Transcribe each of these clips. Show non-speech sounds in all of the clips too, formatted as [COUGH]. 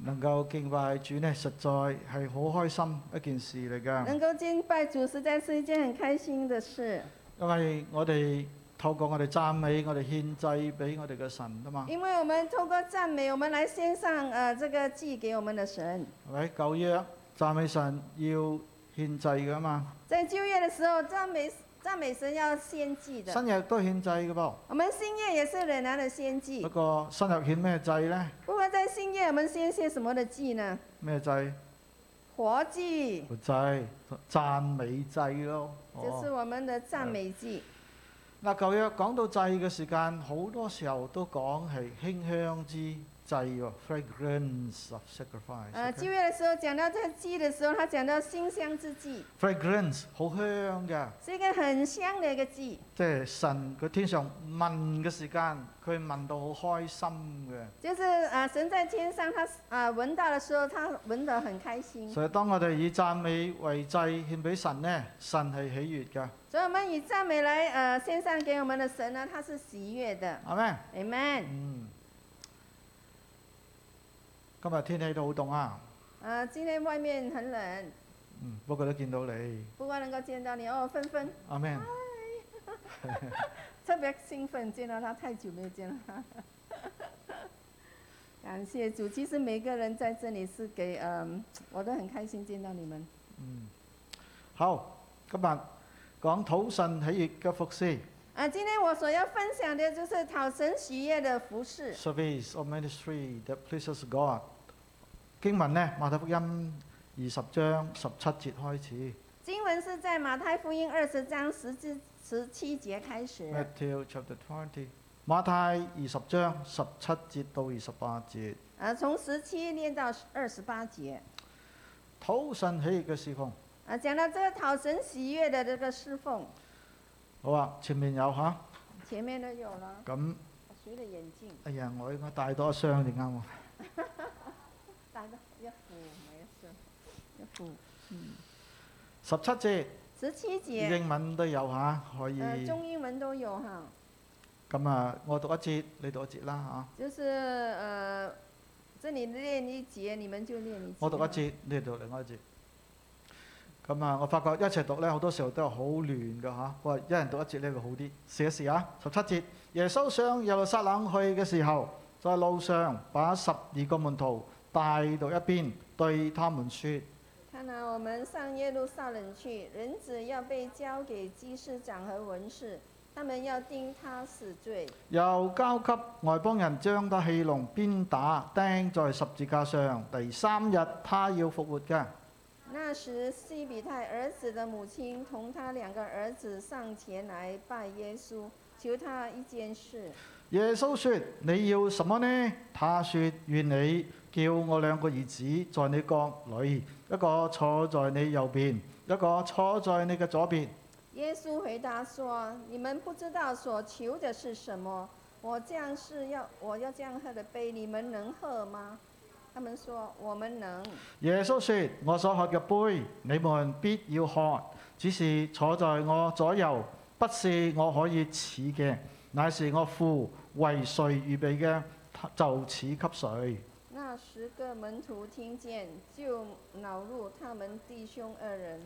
能夠敬拜主呢，實在係好開心一件事嚟㗎。能够敬拜主实在是一件很开心的事，因為我哋透過我哋讚美，我哋獻祭俾我哋嘅神啊嘛，因为我们通过赞美，我们来献上呃这个祭给我们的神。係咪？舊約讚美神要獻祭㗎嘛，在就业的时候，赞美赞美神要献祭的，新約都獻祭嘅噃。我们新业也是仍然的献不祭。過新約獻咩祭呢？不过在新业，我们先献什么的祭呢？咩祭？活祭，活祭、讚美祭咯。这哦是我们的赞美祭。嗱，舊約講到祭嘅時間，好多時候都講係馨香之祭喎，fragrance of 呃，就 sacrifice。业的时候讲到这个祭的时候，他讲到馨香之祭， fragrance 好香嘅，是一个很香的一个祭。即係神佢天上聞嘅時間，佢聞到好開心嘅。就是啊、呃神在天上他，啊、闻到的时候，他闻得很开心。所以當我哋以讚美為祭獻俾神呢，神係喜悅嘅，所以，我们以赞美来呃献上给我们的神呢，他是喜悦的。係咪？ Amen。嗯。今日天氣都好凍啊，呃，今天外面很冷，嗯，不過都見到你，不过能够见到你哦，芬芬阿 Man。特别兴奋，见到他太久没有见到他。 [LAUGHS] 感谢主，其实每个人在这里是给嗯、我都很开心见到你们。嗯，好，今日講土神喜悦嘅服侍啊，今天我所要分享的就是讨神喜悦的服饰。 （service or ministry that pleases God）。經文呢，馬太福音二十章十七節開始经文是在马太福音二十章十至十七节开始。 ，Matthew chapter twenty。馬太二十章十七節到二十八節，啊，从十七念到二十八节，土神喜悦嘅侍奉。啊，讲到这个讨神喜悦的这个侍奉，好啊，前面有吓，前面都有了。咁谁的眼镜？哎呀，我應該帶多一箱至啱喎。大家一副没事，一副。十七節十七节，英文都有吓，可以。呃，中英文都有哈，咁啊，我讀一節，你讀一節啦啊吓。就是呃，这里练一节，你们就练一节。我讀一。節，你讀另外一節。咁啊，我發覺一齊讀咧，好多時候都係好亂嘅嚇。我話一人讀一節呢會好啲。試一試啊，十七節。耶穌上耶路撒冷去嘅時候，在路上把十二個門徒帶到一邊，對他們説：看来我们上耶路撒冷去，人子要被交给祭司长和文士，他们要定他死罪。又交給外邦人將他戲弄、鞭打、釘在十字架上。第三日他要復活嘅。那时，西比泰儿子的母亲同他两个儿子上前来拜耶稣，求他一件事。耶穌說：你要什麼呢？他說：願你叫我兩個兒子在你國裏，一個坐在你右邊，一個坐在你嘅左邊。耶稣回答说：“你们不知道所求的是什么。我这样是要我要这样喝的杯，你们能喝吗？”他们说：“我们能。耶穌說：我所喝嘅杯，你們必要喝，只是坐在我左右，不是我可以似嘅，乃是我父為誰預備嘅，就此給誰。”那十个门徒听见，就恼怒他们弟兄二人。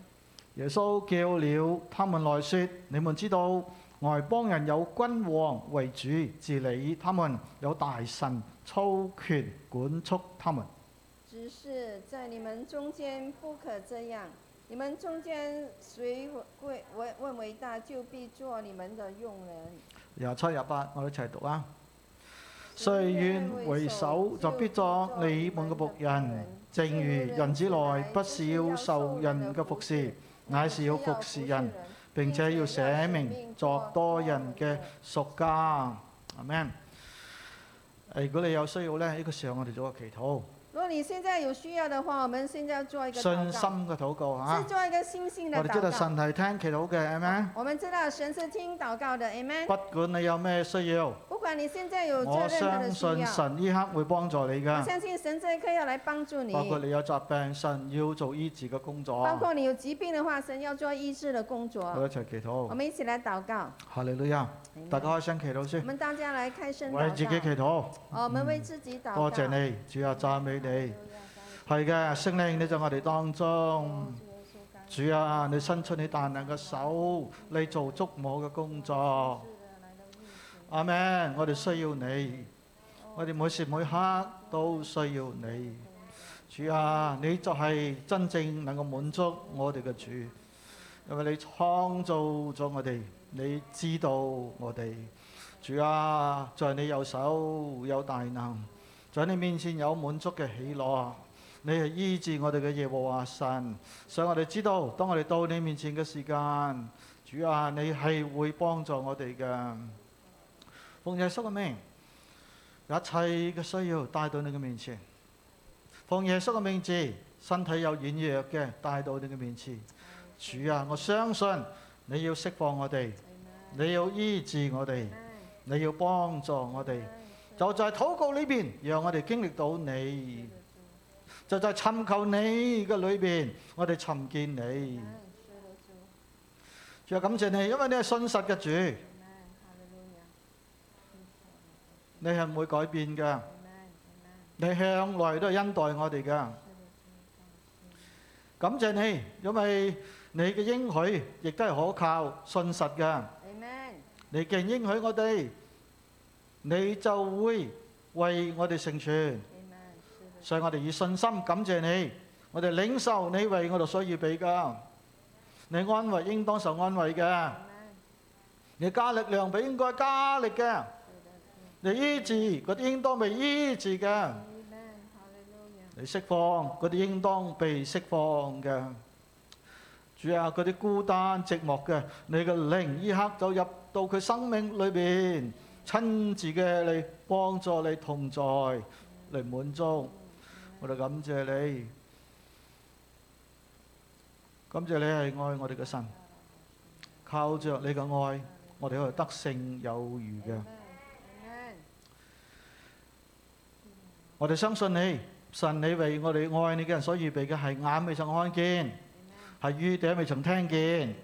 耶穌叫了他們來說：你們知道外邦人有君王為主治理他們，有大臣操權管束他們。只是在你们中间不可这样。你们中间谁为为问为大，就必做你们的用人。廿七廿八，我哋一齊讀啊！誰願為首，就必作你們嘅僕人。正如人子來，不是要受人嘅服侍，乃是要服侍人，並且要捨命作多人嘅屬家。阿 Man。誒，如果你有需要咧，呢個時候我哋做個祈禱。如果你现在有需要的话，我们现在要做一个信祷告心嘅禱告啊是嚇。做一个信心的我哋知道啊祷告。神係聽祈禱嘅，係咪？我们知道神是听祷告的，Amen。不管你有咩需要，不管你现在有做我任何相的需信要，神呢刻會幫助你我嘅。相信神这一刻要来帮助你。包括你哦有疾病，神要做醫治嘅工作。包我括你有疾病的话，神要做医治的工作。哋一齊祈我禱。们一起来祷告。哈利路亞！ Amen 大家開聲祈禱我先，们大家来开声為自己祷告。祈禱。哦我们为自己祷告。多謝你，主啊，讚美你。哋。係嘅，聖靈你在我哋當中。主啊，你伸出你大能嘅手，你做觸摸嘅工作。阿 Man，我哋需要你，我哋每時每刻都需要你。主啊，你就係真正能夠滿足我哋嘅主，因為你創造咗我哋，你知道我哋。主啊，在你右手有大能，在你面前有滿足嘅喜樂。你係醫治我哋嘅耶和華神，所以我哋知道，當我哋到你面前嘅時間，主啊，你係會幫助我哋嘅。奉耶穌嘅名，有一切嘅需要帶到你嘅面前。奉耶穌嘅名字，身體有軟弱嘅帶到你嘅面前。主啊，我相信你要釋放我哋，你要醫治我哋，你要幫助我哋。就在禱告裏邊，讓我哋經歷到你。就在尋求你嘅裏邊，我哋尋見你。主啊，感謝你，因為你係信實嘅主，你係唔會改變嘅，你向來都係恩待我哋嘅。感謝你，因為你嘅應許亦都係可靠、信實嘅。你既然應許我哋，你就會為我哋成全。所以我哋以信心感謝你，我哋領受你為我哋所預備嘅，你安慰應當受安慰嘅，你加力量俾應該加力嘅，你醫治嗰啲應當被醫治嘅，你釋放嗰啲應當被釋放嘅。主啊，嗰啲孤單寂寞嘅，你嘅靈依刻就入到佢生命裏邊，親自嘅你幫助你同在嚟滿足。我哋感謝你，感謝你係愛我哋嘅神，靠着你嘅愛，我哋可以得勝有餘嘅。我哋相信你，神你為我哋愛你嘅人所預備嘅係眼未曾看見，係耳朵未曾聽見，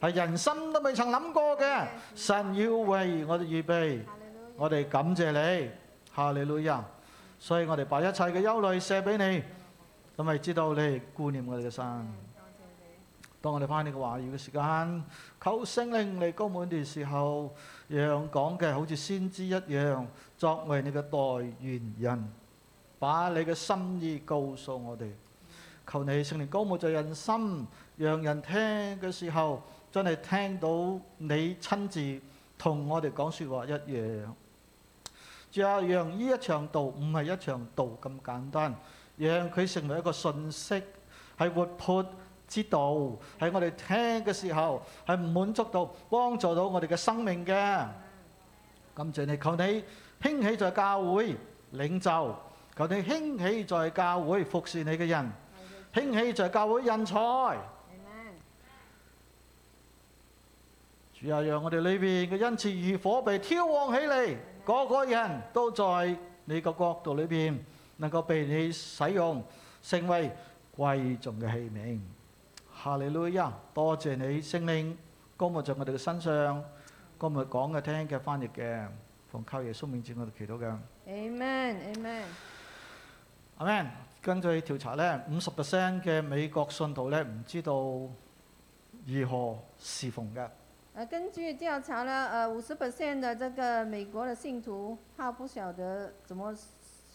係人心都未曾諗過嘅。神要為我哋預備，我哋感謝你，哈利路亞。所以我哋把一切嘅憂慮卸俾你，咁咪知道你係顧念我哋嘅神。當我哋翻你嘅話語嘅時間，求聖靈嚟高滿段時候，讓講嘅好似先知一樣，作為你嘅代言人，把你嘅心意告訴我哋。求你聖靈高滿在人心，讓人聽嘅時候，真係聽到你親自同我哋講説話一樣。主啊，讓呢一場道唔係一場道咁簡單，讓佢成為一個信息，係活潑之道，喺我哋聽嘅時候係滿足到、幫助到我哋嘅生命嘅。感謝你，求你興起在教會領袖，求你興起在教會服侍你嘅人，興起在教會人才。主啊，讓我哋裏邊嘅恩賜如火被挑旺起嚟。個個人都在你個國度裏邊，能夠被你使用，成為貴重嘅器皿。哈利路亞！多謝你聖靈，今日在我哋嘅身上，今日講嘅、聽嘅、翻譯嘅，奉靠耶穌名字我哋祈禱嘅。阿 Man，根據調查咧，五十 percent 嘅美國信徒咧唔知道如何侍奉嘅。呃，根据调查呢，呃，五十 percent 的这个美国的信徒，他不晓得怎么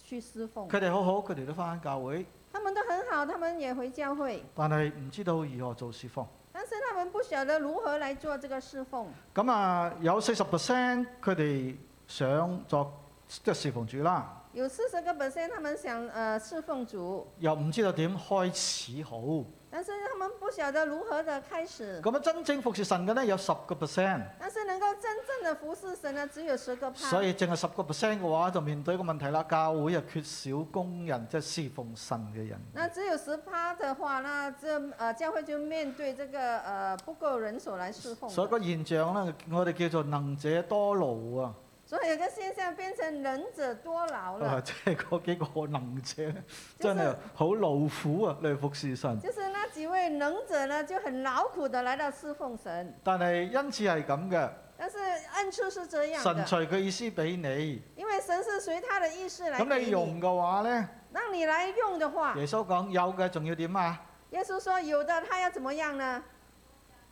去侍奉。佢哋好好，佢哋都翻教會，他们都很好，他们也回教会，但係唔知道如何做侍奉。但是他们不晓得如何来做这个侍奉。咁啊，有四十 percent 佢哋想作即係侍奉主啦，有四十个 percent 他们想呃侍奉主，又唔知道點開始好。咁但是他们不晓得如何的开始。啊，真正服侍神嘅咧有十個 percent，但是能够真正的服侍神呢，只有十个趴。所以淨係十個 percent 嘅話，就面對一個問題啦。教會又缺少工人，即係侍奉神嘅人。那只有十趴的话，那这呃教会就面对这个呃不够人手来侍奉所以了。個現象咧，我哋叫做能者多勞啊，所以有个現象變成能者多勞啊 [LAUGHS] 了，即係嗰幾個能者呢就真係是好勞苦啊嚟服侍神。就是那幾位能者呢就很勞苦的来到侍奉神，但係因此係咁嘅，但是恩賜是這樣神的，隨佢意思俾你，因為神是隨他的意思來咁給你你，用嘅話咧，让你来用的话，耶穌講有嘅仲要點啊？耶稣说有的他要怎么样呢？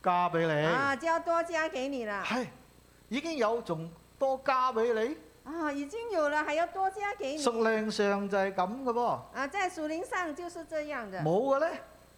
加俾你。啊，就要多加给你了。係已經有，仲多加俾你。啊，已经有了，还要多加给你。屬靈上就係咁嘅噃，啊，在属灵上就是这样的。冇嘅咧。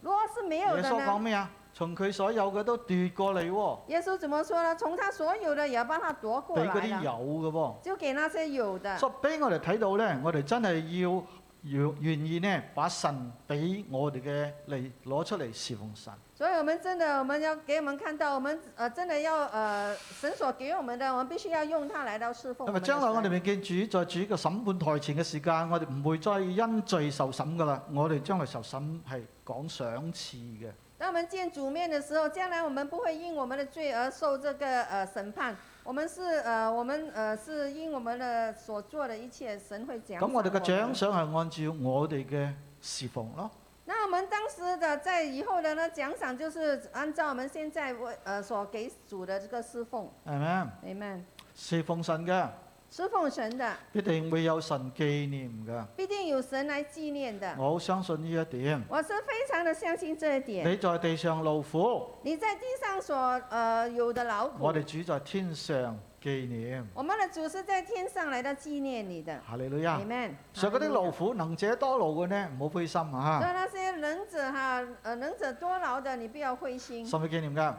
如果是没耶有的穌講呢？咩啊？從佢所有嘅都奪過嚟喎，耶稣怎么说呢？从他所有的也帮他夺过俾嗰来啲了，有嘅噃。就给那些有的。所以俾我哋睇到咧，我哋真係要要願意咧，把神俾我哋嘅嚟攞出嚟侍奉神。所以我们真的，我们要给我们看到，我们呃真的要呃神所给我们的，我们必须要用它来到侍奉我因為们的將來我哋神。未見主在主嘅審判台前嘅時間，我哋唔會再因罪受審噶啦。我哋將來受審係講賞賜嘅。当我们见主面的时候，将来我们不会因我们的罪而受这个呃审判，我们是呃我们呃是因我们的所做的一切，神会奖赏咁我哋嘅们獎賞係按照我哋嘅侍奉咯。那我们当时的在以后的呢奖赏，就是按照我们现在为呃所给主的这个侍奉係咪？ ，amen。侍奉神嘅侍奉神的必定會有神紀念嘅。必定有神来纪念的，我好相信呢一點。我是非常的相信这一点。你在地上勞苦，你在地上所呃有的劳苦，我哋主在天上紀念。我们的主是在天上来到纪念你的。哈利路亞！ Amen。所以嗰啲勞所苦能者多勞嘅呢，唔好灰心以啊！那些能者哈，呃，能者多劳的，你不要灰心，神會紀念㗎。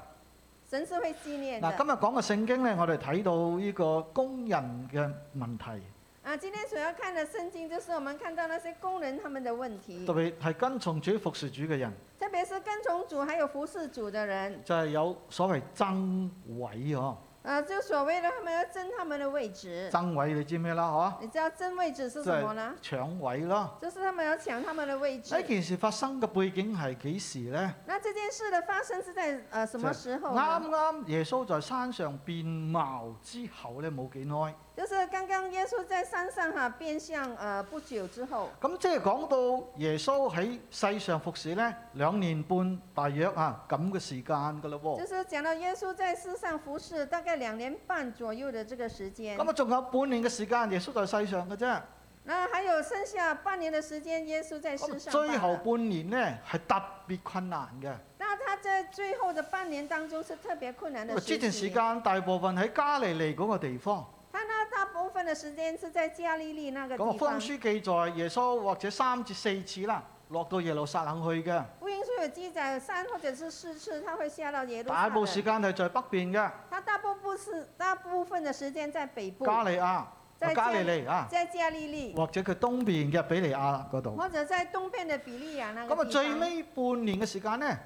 神是会纪念嗱，今的。日講嘅聖經咧，我哋睇到呢個工人嘅問題，啊，今天所要看的圣经，就是我们看到那些工人他们的问题特，別係跟從主服侍主嘅人，特别是跟从主还有服侍主的人，就係、有所謂爭位嗬，呃，就所谓的他们要争他们的位置。爭位你知咩啦你知道争位置是什么呢嗬？？搶位咯。就是他们要抢他们的位置呢。件事發生嘅背景係幾時呢？那这件事的发生是在呃什么时候呢？啱啱耶穌在山上變貌之後咧，冇幾耐，就是刚刚耶稣在山上哈、变相呃不久之后，咁即係講到耶穌喺世上服侍呢兩年半大約啊咁嘅時間㗎嘞喎就。是讲到耶稣在世上服侍大概两年半左右的这个时间咁，啊，仲有半年嘅時間，耶穌在世上嘅啫。那还有剩下半年的时间，耶稣在世上罢了。哦最後半年呢係特別困難嘅，那他在最后的半年当中是特别困难因的為时之前時期。間大部分喺加利利嗰個地方。他呢大部分的时间是在加利利那个咁啊，地福音方。書記載耶穌或者三至四次啦，落到耶路撒冷去嘅。福音书有记载，三或者是四次他会下到耶路撒大部時冷。間係在北邊嘅他大部分是大部分的时间在北部，加利亞、在加利利啊，在加利利，或者佢東邊嘅比利亞嗰度。或者在东边的比利亚那咁啊，啊个地方。最尾半年嘅時間呢，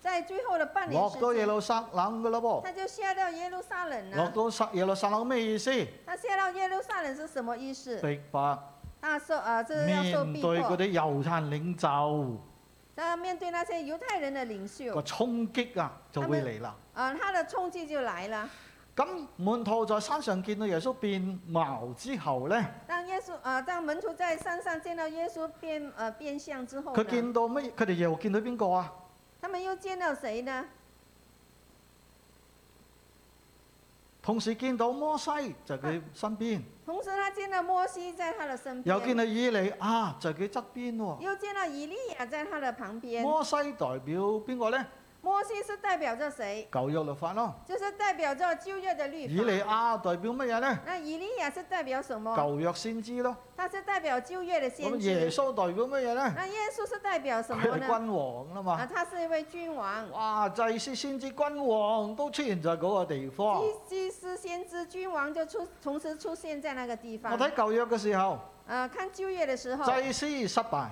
在最后的半年落时到耶间，路撒冷嘅咯他就下到耶路撒冷喎。落了。到撒耶路撒冷咩意思？他下到耶路撒冷是什么意思？逼迫，他受啊，这是要受面逼對嗰迫。啲猶太領袖。他面对那些犹太人的领袖，個衝擊啊就會嚟啦。啊，他的冲击就来了。咁門徒在山上見到耶穌變貌之後呢，当耶稣啊，当门徒在山上见到耶稣变呃变相之后佢呢，見到乜？佢哋又見到邊個啊？他们又见到谁呢？同時見到摩西就佢身邊，同时他见到摩西在他的身又見边，到以利亞就佢側邊喎。又见到以利亚在他的旁边。摩西代表邊個呢？摩西是代表着谁？舊約律法咯。就是代表着旧约的律以利法。亞代表乜嘢呢？那以利亚是代表什么？舊約先知咯。他是代表旧约的咁先耶知。穌代表乜嘢呢？ [LAUGHS] 那耶稣是代表什佢么 [LAUGHS] 係呢？君王啦啊，嘛。他是一位君王，哇！祭司先知君王都出現在嗰個地方。祭祭司、先知、君王就出同时出现在那个地我方。睇舊約嘅時候。呃，看旧约的时候，祭司失敗，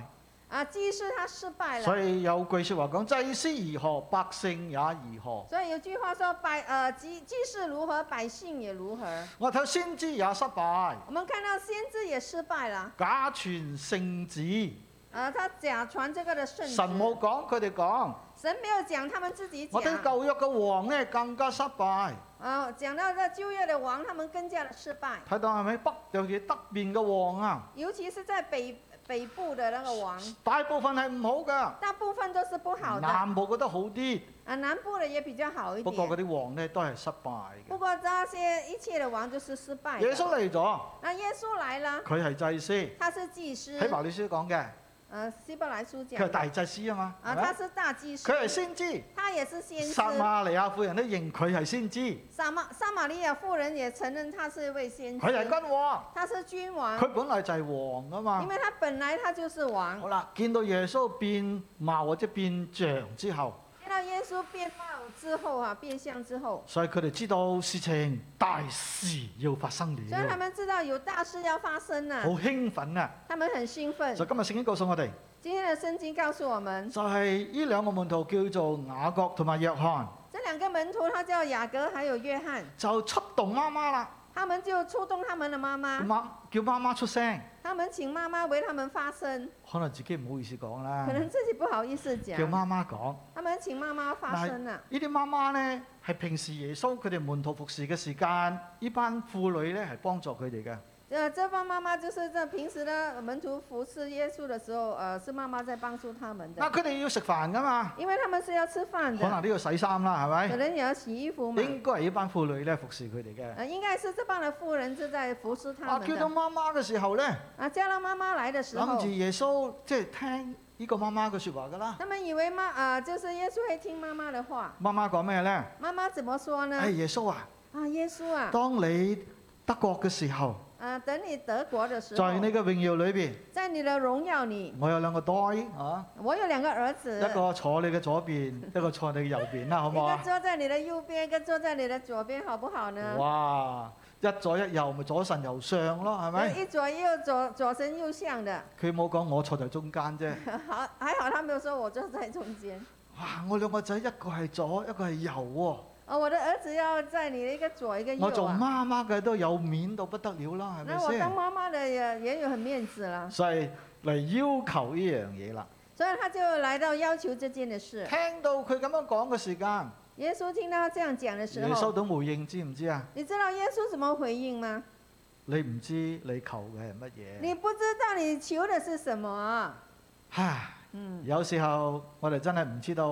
啊，祭司他失败了，所以有句説話講：祭司如何，百姓也如何。所以有句话说百呃祭祭司如何，百姓也如何。我睇先知也失敗，我们看到先知也失败了，假傳聖旨，呃，他假传这个的圣旨，神冇講，佢哋講。神沒有讲，他们自己我睇讲。舊約嘅王呢，更加失敗。呃，讲到这旧约的王，他们更加的失败，睇到係咪北尤其德邊嘅王啊？尤其是在北北部的那个王，大部分係唔好噶。大部分都是不啊好的。南部覺得好啲，啊，南部的也比较好一不過嗰点。啲王呢都係失敗不嘅。过这些一切的王就是失败耶穌的。嚟咗，那耶稣来了，佢係祭司，他是祭司喺。伯利書講嘅，呃，希伯来书佢讲係的大祭司啊嘛，啊，係咪他是大祭司佢，係先知，他也是先知。撒瑪利亞婦人都認佢係先知，撒玛撒玛利亚妇人也承认他是一位先佢係知，啊君王，他是君王，佢本來就係王啊嘛因。为他本来他就是王。好啦，見到耶穌變貌或者變像之後，见到耶稣变貌之后啊，变相之后，所以佢哋知道事情大事要發生所以他了，们知道有大事要发生了、好興奮啊！他们很兴奋所。以今日聖經告訴我哋，今天的圣经告诉我们，就係呢兩個門徒叫做雅各同埋約翰，这两个门徒他叫雅各还有约翰，就出動媽媽啦。他们就触动他们的妈妈，媽叫媽媽出聲，他们请妈妈为他们发声，可能自己唔好意思講啦可，能自己不啊好意思叫讲，媽媽講。他们请媽媽發聲了。呢啲媽媽呢，係平時耶穌佢哋門徒服侍嘅時間，呢班婦女呢係幫助佢哋嘅。呃，这帮妈妈就是这平时呢，门徒服侍耶稣的时候，呃，是妈妈在帮助他们嗱，的，佢哋要食飯噶嘛，因为他们是要吃饭可能的，都要洗衫啦，係可能也要洗衣服咪？嘛。應該係呢班婦女呢服侍佢哋嘅。呃，应该是这帮的妇人是在服侍他啊，们叫到的。媽媽嘅時候呢，啊，叫到媽媽來的时諗候住，耶穌即係聽呢個媽媽嘅説話㗎啦。他们以为妈啊、就是耶穌會聽媽媽的話。媽媽講咩呢？媽媽怎么说呢？誒，耶穌啊！啊，耶穌啊，當你德國嘅時候，啊，等你德國的时候，在呢個榮耀裏邊，在你的榮耀里，我有兩個袋啊，我有兩個兒子，一個坐你嘅左邊，一個坐你嘅右邊啦，好唔好一啊个？坐在你的右邊，一個坐在你的左邊，好不好呢？哇！一左一右咪左神右上咯，係咪？一左一右左左身右向的， [LAUGHS] 佢冇講我坐在中間啫。好还好他没有說我坐在中間。哇！我兩個仔一個係左，一個係右喎、哦，我的兒子要在你的一個左一個右我做啊。媽媽嘅都有面到不得了啦，係咪那我當先？媽媽的也也有很面子啦，所以嚟要求呢樣嘢啦。所以他就來到要求這件的事。聽到佢咁樣講嘅時間，耶穌聽到他這樣講的時你收候，到回應知唔知啊？你知道耶穌怎麼回應嗎？你唔知你求嘅係乜嘢？你不知道你求的是什么啊？唉，嗯，有時候我哋真係唔知道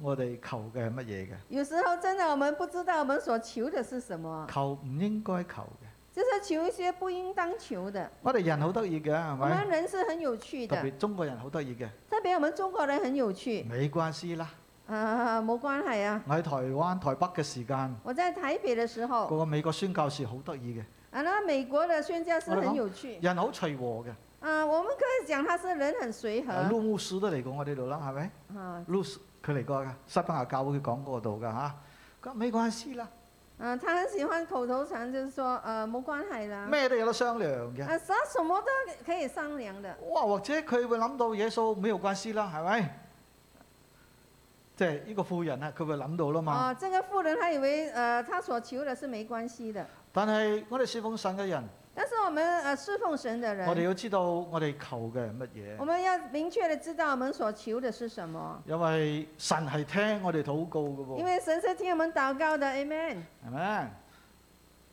我哋求嘅係乜嘢嘅，有時候真的我們不知道我們所求的是什么，啊求唔應該求嘅。就是求一些不應當求的。我哋人好得意嘅，係我咪？們人是很有趣特的，別中國人好得意嘅，特別我們中國人很有趣。美關師啦。啊，冇關係啊！我喺台灣台北嘅時間，我在台北的時候，嗰個美國宣教士好得意嘅，啊，那美國的宣教是我哋講很有趣。人好隨和嘅。啊，我們可以講他是啊人很隨和。陸牧師都嚟過我哋度啦，係咪？啊，陸師佢嚟過㗎，西班牙教會佢講過度㗎嚇。佢話美關師啦，啊，他很喜歡口頭禪，就是說，呃，冇關係啦。咩都有得商量嘅。啊，啥什麼都可以商量的。哇！或者佢會諗到耶穌沒有關係啦，係咪？即係呢個富人啊，佢會諗到啦嘛。啊，這個婦人他以為，呃，他所求的是沒關係的。但係我哋侍奉神嘅人，但是我們呃侍奉神的我哋人，要知道我哋求嘅係乜我嘢，們要明確的知道我們所求的是什麼，因為神係聽我哋禱告嘅因喎，為神是聽我們禱告的，Amen。係咪？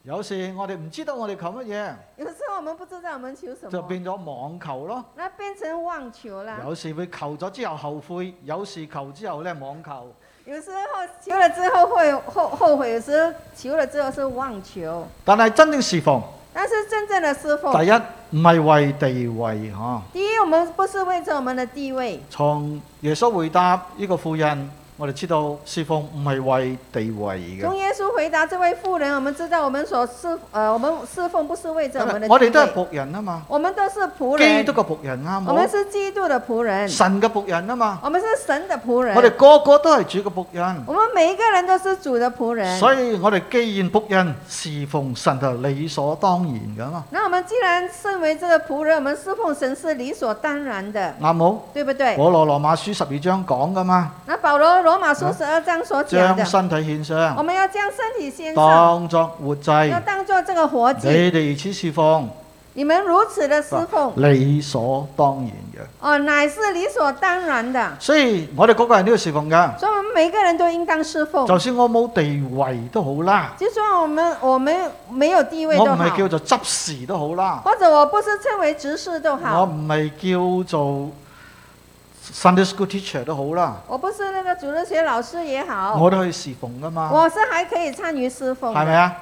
有時我哋唔知道我哋求乜嘢，有時候我們不知道我們求什就麼，變咗妄求咯。那變成妄求啦。有時會求咗之後後悔，有時求之後咧妄求。有时候求了之后会后后悔，有时求了之后是妄求。但係真正侍奉，但是真正的师傅，第一唔係為地位嗬。第一，我们不是为着我们的地位。從耶穌回答呢個婦人，我哋知道侍奉唔係為地位嘅从，耶稣回答这位妇人，我们知道我们所侍呃，我们侍奉不是为着我们的我地哋都係位，仆人啊嘛，我们都是仆基人督，嘅仆人啱我们冇？是基督的仆人，神嘅仆人啊嘛，我们是神的仆人我哋，個個都係主嘅仆我人，们每一个人都是主的仆人。所以我哋既然仆人侍奉神就理所當然噶嘛，那我们既然身为这个仆人，我们侍奉神是理所当然的，啱冇？对不对？我羅羅馬書十二章講噶嘛，那保罗罗马书十二章所讲的將。身體獻我上，们要将身体献上，當作活祭，要当做这个活你祭。哋如此侍奉，你们如此的侍奉，理所當然嘅。哦，乃是理所當然的。所以我哋個個人都要侍奉㗎，所以我们每个人都應當侍奉。就算我冇地位都好啦，就算我们我们没有地位我都唔好係，叫做執事都好啦，或者我不是称为执事都我哦好，唔係叫做 Sunday School teacher 都好啦，我不是那个主日学老师也好，我都可以侍奉㗎嘛，我是还可以参与侍奉係咪的。啊？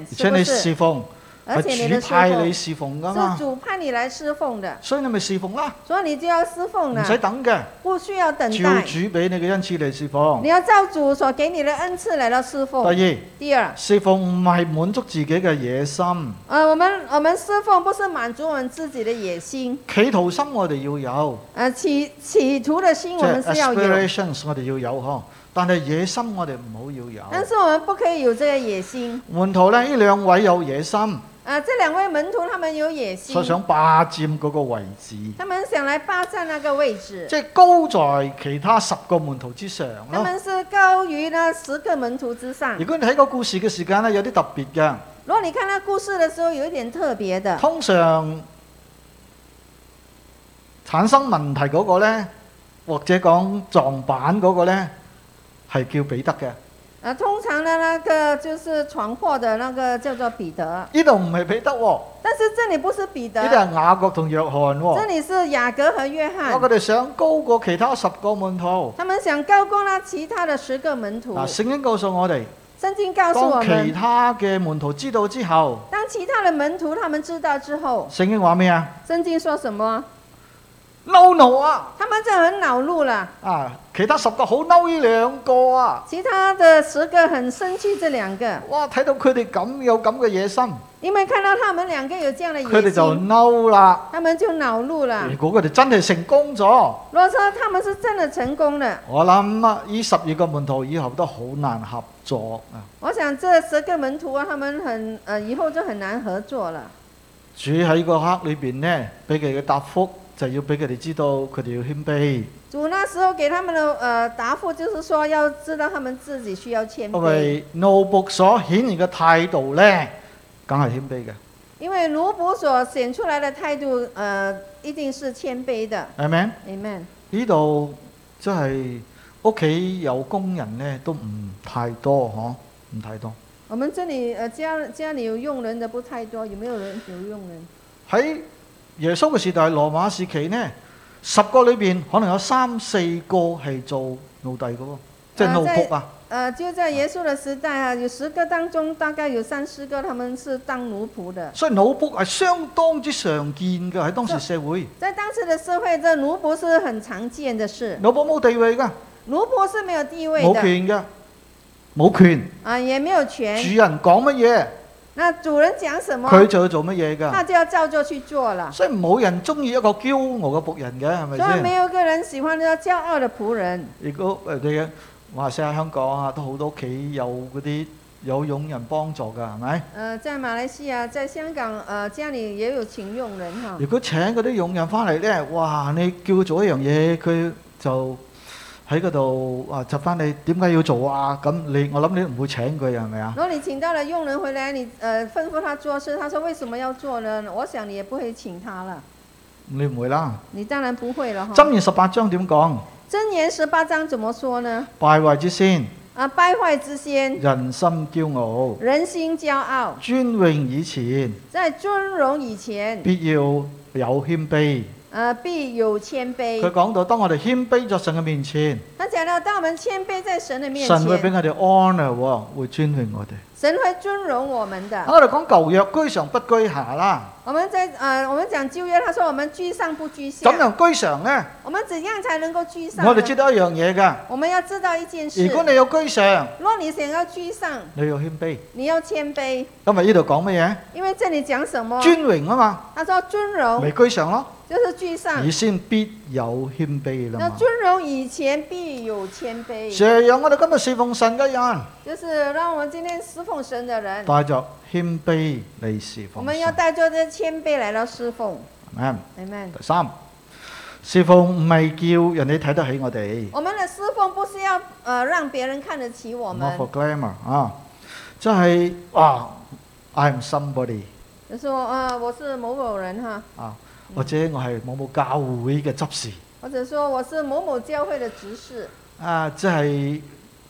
而 哦是且不你是？侍奉而且你係的啊主派侍你奉侍奉㗎是嘛，主派你来侍奉的，所以你咪侍奉啦，所以你就要侍奉唔了，使等嘅，不需要等照待，主俾你嘅恩賜嚟侍奉你。要照主所给你的恩赐来到侍奉。第二，第二，侍奉唔係滿足自己嘅野心。呃，我们我们侍奉不是满足我们自己的野心，企圖心我哋要有，呃，企企图的心即我们係是要有， aspirations 我哋要有呵，但係野心我哋唔好要但有。是我们不可以有这个野心。門徒咧，呢兩位有野心，啊、这两位門徒他们有野心所，以想霸佔嗰個位置，他们想来霸占那个位置，即係高在其他十個門徒之上他咯。们是高于呢十个門徒之上如。果啊你睇個故事嘅時間咧，有啲特別嘅。如果你看那故事的時候，有一點特別的，通常產生問題嗰個咧，或者講撞板嗰個咧，係叫彼得嘅。啊，通常的那个就是闯祸的那个叫做彼得，呢度唔係彼得喎，但是這裡不是彼呢度得，係雅各同約翰喎。這裡是雅各和約啊！翰佢，哋想高過其他十個門徒。他們想高過那其他的十个門徒嗱，。聖經告訴我哋，聖經告訴我當其們，他嘅門徒知道之後，當其他的門徒他們知道之後，聖經話咩啊聖經說什麼？嬲怒啊！他們就很惱怒了。啊，其他十個好嬲呢兩個啊！其他的十个很生气，这两个，哇！睇到佢哋咁有咁嘅野心，因为看到他们两个有这样的佢哋野就心，嬲啦。他们就恼怒了。如果佢哋真係成功咗，如果说他们是真的成功了，我諗啊，呢十二個門徒以後都好難合作啊！我想这十个门徒啊，他们很呃以后就很难合作了。主喺個刻裏邊呢，俾佢哋嘅答覆就要俾佢哋知道，佢哋要謙卑。主那时候给他们的呃答复就是说，要知道他们自己需要谦因卑，為怒僕所顯現嘅態度咧，梗係謙卑嘅，因为奴仆所显出来的态度，呃，一定是谦卑的。係咪？ Amen。呢度即係屋企有工人咧，都唔太多嗬，唔太多。我们这里呃家家里有佣人的不太多，有没有人有佣人？喺耶穌嘅時代，羅馬時期呢，十個裏邊可能有三四個係做奴隸嘅喎，即係啊奴即係僕啊。呃，就在耶稣的时代啊，有十个当中，大概有三四个他们是当奴仆的。所以奴僕係相當之常見嘅喺當時社會。在当时的社会，这奴仆是很常见的事，奴僕冇地位㗎，奴仆是没有地位冇的權㗎，冇權。啊，也没有权。主人講乜嘢，那主人讲什么，佢就要做乜嘢㗎。他就要照做去做了。所以冇人中意一個驕傲嘅仆人嘅，係咪所以先？没有一个人喜欢那骄傲的仆人。如果誒你嘅馬來西亞、香港啊，都好多屋企有嗰啲有佣人幫助㗎，係咪？呃，在马来西亚，在香港，呃，家里也有请佣人哈。如果請嗰啲佣人翻嚟咧，哇！你叫佢做一樣嘢，佢就喺嗰度啊，窒翻你點解要做啊？咁你我諗你都唔會請佢係咪啊如？果你请到了佣人回来，你呃吩咐他做事，他说为什么要做呢？我想你也不会请他了，嗯你唔會啦。你当然不会了哈。箴言十八章點講？箴言十八章怎么说呢？敗壞之先，啊，败坏之先，人心驕傲；人心骄傲，尊榮以前，在尊荣以前，必要有謙卑。呃，必有谦佢卑。講到，當我哋謙卑在神嘅面前，他讲到，当我们谦卑在神的面神會俾前，我哋 honour 喎，會尊榮我哋。啊神會尊荣我们的。我哋講舊約居上不居下啦，我们在呃，我们讲旧约，他说我们居上不居咁下，樣居上呢？我们怎样才能够居上我哋知呢？道一樣嘢㗎。我们要知道一件事如，果你有居上，若你想要居上，你要謙卑。你要谦卑，今日呢度講乜因为这里讲什么嘢？？尊榮啊嘛，他说尊咪荣居上咯。就是居上以，先必有謙卑啦那嘛。尊荣以前必有谦卑。常讓我哋今日侍奉神嘅人。就是让我们今天侍奉神的人，帶着謙卑嚟侍我奉们要神。带着这谦卑来到侍奉。 Amen Amen。第三，侍奉唔係叫人哋睇得起我哋。我们的侍奉不是要呃让别人看得起我 Not à. 们 for，glamour 啊，即係啊，I'm à, somebody，à. 就说啊，我是某某人哈，啊，或者我係某某教會嘅執事或者说我是某某教会的执事，啊，即係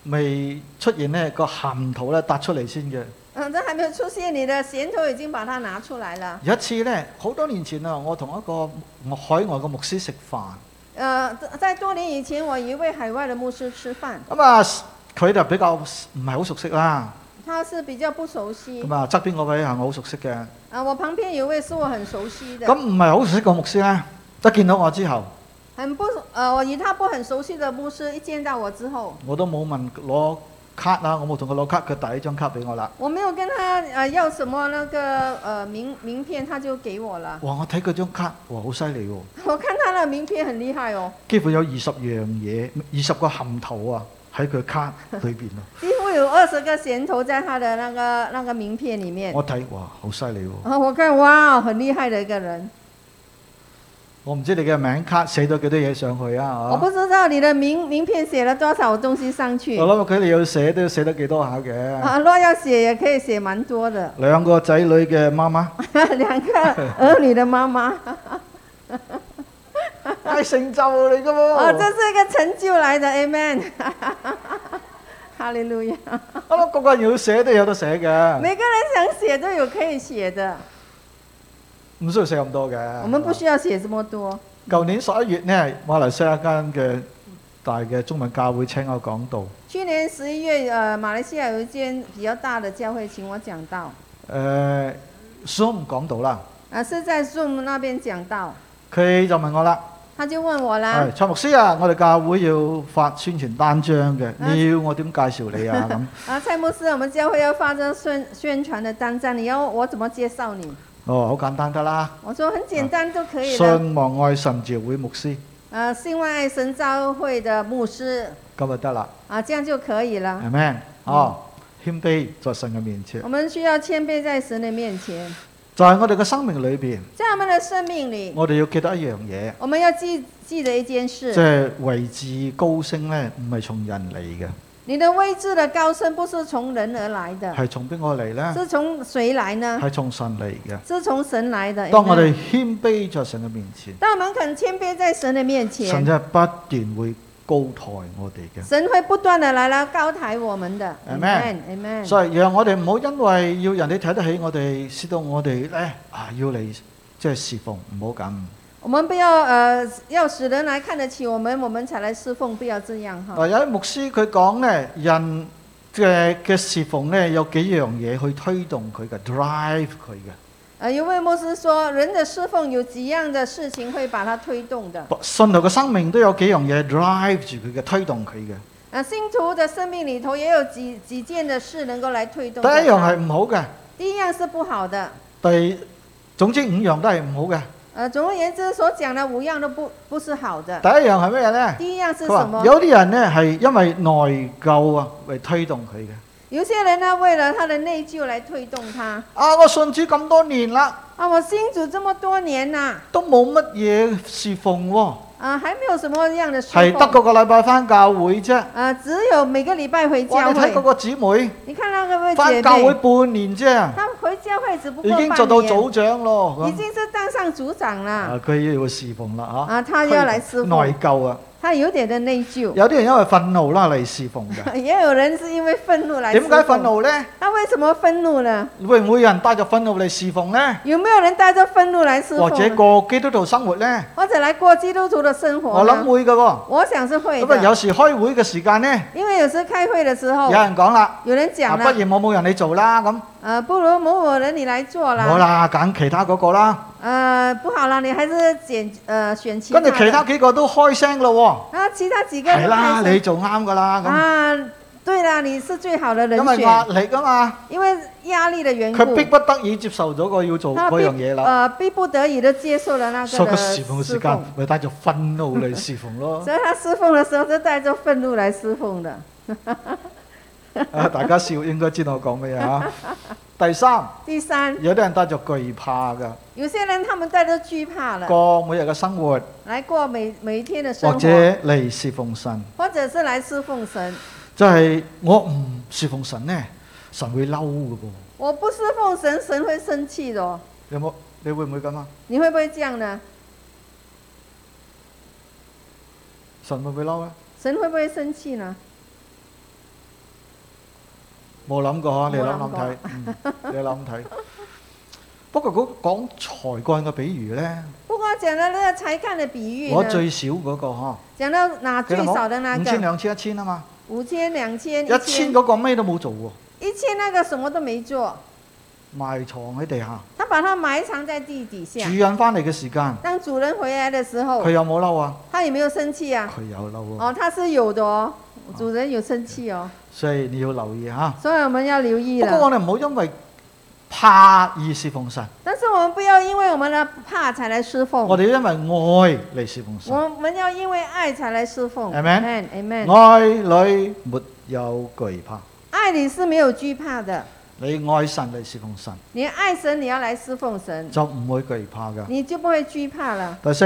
未出現呢個鹹圖咧突出嚟先嘅。嗯、这还没有出现，你的衔头已经把它拿出来了。有一次呢，好多年前啊，我同一個海外嘅牧師食飯，呃，在多年以前，我一位海外的牧师吃饭，咁啊佢就比較唔係好熟悉啦。他是比较不熟悉，咁啊側邊嗰位係我好熟悉嘅，啊，我旁边有位是我很熟悉咁的，唔係好熟悉個牧師呢，一見到我之後，很不，呃，我与他不很熟悉的牧师一见到我之后，我都冇問攞卡啦，我冇同佢攞卡，佢遞一張卡俾我啦。我没有跟他呃要什么那个呃名名片，他就给我了。 [LAUGHS] 哇！我睇佢張卡，哇，好犀利喎！我看他的名片很厉害哦，幾乎有二十樣嘢，二十個含頭啊，喺佢卡裏邊啊咯。几乎有二十个衔头在他的那个那个名片里面。我睇哇，好犀利喎！啊，我看哇，很厉害的一个人。我唔知你嘅名卡寫咗幾多嘢上去啊？我嚇不知道你的名名片写了多少东西上去。我諗佢哋要寫都要寫得幾多下嘅。啊，若要写也可以写蛮多的。 [LAUGHS] 兩個仔女嘅媽媽，两个儿女的 [LAUGHS] 妈妈，係成就嚟噶喎！哦，这是一个成就来的，amen。哈利路亚！我諗個個人要寫都有得寫嘅，每个人想写都有可以写的，唔需要寫咁多嘅。我们不需要写这么多。舊年十一月呢，馬來西亞間嘅大嘅中文教會請我講道。去年十一月，呃，马来西亚有一间比较大的教会请我讲到，誒 Zoom 講到啦，啊，是在 Zoom 那边讲到，佢就問我啦，他就問我啦係，蔡牧師啊，我哋教會要發宣傳單張嘅，啊你要我點介紹你啊？咁，啊，蔡牧师，我们教会要发这宣宣传的单张，你要我怎么介绍你？哦，好簡單得啦，我说很简单都可以的，信望愛神召會牧師呃，信望爱神召会的牧师，咁就得啦，啊，这样就可以了。係咪？哦，謙卑在神嘅面前，我们需要谦卑在神的面前，就係我哋嘅生命裏邊，在我们的生命里，我哋要記得一樣嘢，我们要记记得一件即事：係位置高升呢，唔係從人嚟嘅，你的位置的高升不是从人而来的，係從邊個嚟呢？是从谁来呢？係從神嚟嘅。是从神来的。當我哋 Amen 謙卑在神嘅面前，当我们肯谦卑在神的面神前，就係不斷會高抬我哋嘅。神会不断的来来高抬我们的。 Amen Amen。所以讓我哋唔好因為要人哋睇得起我哋，使到我哋咧啊要嚟即係侍奉，唔好咁。我们不要呃，要使人来看得起我们，我们才来侍奉，不要这样哈。嗱，啊有啲牧師佢講咧，人嘅嘅侍奉咧有幾樣嘢去推動佢嘅，drive 佢嘅。呃，有位牧师说，人的侍奉有几样的事情会把他推动的。信徒嘅生命都有幾樣嘢 drive 住佢嘅，推動佢嘅。啊，信徒的生命里头也有几几件的事能够来推动第他。一樣係唔好嘅，第一样是不好的。第總之五樣都係唔好嘅。呃，总而言之，所讲的五样都不不是好的。第一樣係咩嘢咧？第一样是佢什么話？有啲人咧係因為內疚啊，嚟推動佢嘅。有些人呢，为了他的内疚来推动他。啊，我信主咁多年啦。啊，我信主这么多年呐、都冇乜嘢侍奉喎、啊，还没有什么样的侍係得奉。嗰個禮拜翻教會啫。啊，只有每个礼拜回哇！教你睇嗰会。個姊妹你看那个位姐翻教會妹，半年啫，她回教会只不已过經半做到年，組長咯。已咁经是当上组长啦。啊，佢要侍奉啦啊，嚇，她要来侍內奉，疚啊！她有点的内疚。 [LAUGHS] 有啲人因為憤怒啦嚟侍奉嘅，也有人是因为愤怒 [LAUGHS] 来侍點奉。解憤？怒呢？他為什么愤怒呢？會唔會有人帶着憤怒嚟侍奉呢？有沒有人帶着愤怒来侍奉或呢？者過基督徒生活呢？或者来过基督徒的生活我呢？諗會嘅喎。我想是会咁啊，的，有時開會嘅時間呢，因為有时开会的时有候，人講啦，有人啊，讲不了，如我冇人你做啦咁，呃，不如某某人你来做好啦，啦，揀其他嗰個啦。呃，不好了，你還是选呃选其他跟住的。其他幾個都開聲咯啊，其他几喎，个係都啦，开你始做啱噶啦啊，对啦，你是最好的咁，人因為壓选，力啊嘛，因為壓力的緣佢故逼，不得已接受咗個要做他嗰樣逼哦嘢啦，呃逼不得已的接受了那所个以佢的侍奉嘅時侍間奉，咪帶住憤怒嚟侍奉 [LAUGHS] 咯。所以他侍奉的时候是帶着愤怒来侍奉的。啊，大家笑應該知道我講咩啊？第三，第三，有啲人帶着懼怕㗎，有些人他们带着惧怕了，過每日嘅生活，来过每每一天的生或活，者嚟侍奉神，或者是来侍奉神。即係我唔侍奉神呢，神會嬲㗎噃。我不侍奉神，神会生气的、哦。有冇？你會唔會咁啊？你会不会这样呢？神會唔會嬲咧？神会不会生气呢？冇諗過啊！你冇諗諗諗過睇，嗯你諗諗睇。不過嗰講才幹嘅比喻咧，不过讲到那个才干的比喻我呢，最少嗰個呵，讲到拿最少的那五千、个兩千、一千啊嘛，五千、两千、一千千、嗰個咩都冇做喎，一千那个什么都没做，埋藏喺地下。他把它埋藏在地底下主。人翻嚟嘅時間，当主人回来的时候佢，有冇嬲啊？他有没有生气啊？佢有嬲啊！哦，他是有的哦，主人有生气哦，所以你要留意嚇。所以我们要留意不過了。我哋唔好因為怕而侍奉神，但是我们不要因为我们的怕才来侍奉，我哋要因為愛嚟侍奉神。哦我们要因为爱才来侍奉。 Amen Amen。愛裏沒有懼怕，爱你是没有惧怕的，你愛神嚟侍奉神你爱神，你要来侍奉神，就唔會懼怕㗎。你就不会惧怕了。第四，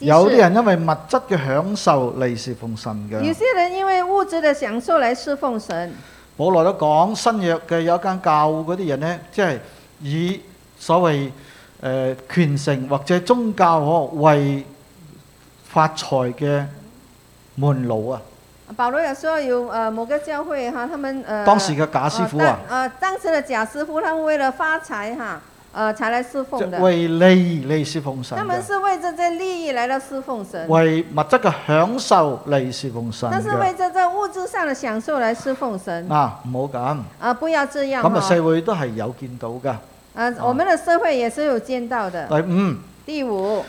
第有啲四，人因為物質嘅享受嚟侍奉神有嘅。些人因为物质的享受来侍奉神。保羅都講新約嘅有一間教嗰啲人呢，即係以所謂誒、呃、權勢或者宗教可為發財嘅門路啊。保罗有说有呃某个教会哈，他们呃當時嘅假師傅啊呃，当呃当时的贾师傅他们为了发财哈呃才来侍即奉係的，為利嚟侍奉神他们嘅，是为着这利益來到侍奉神，為物質嘅享受嚟侍奉神但是嘅。为着这物质上的享受来侍奉神嗱、唔好咁，啊，不要这样咁啊哈。社啊會都係有見到㗎。呃，我们的社会也是有见到的。第五。第五，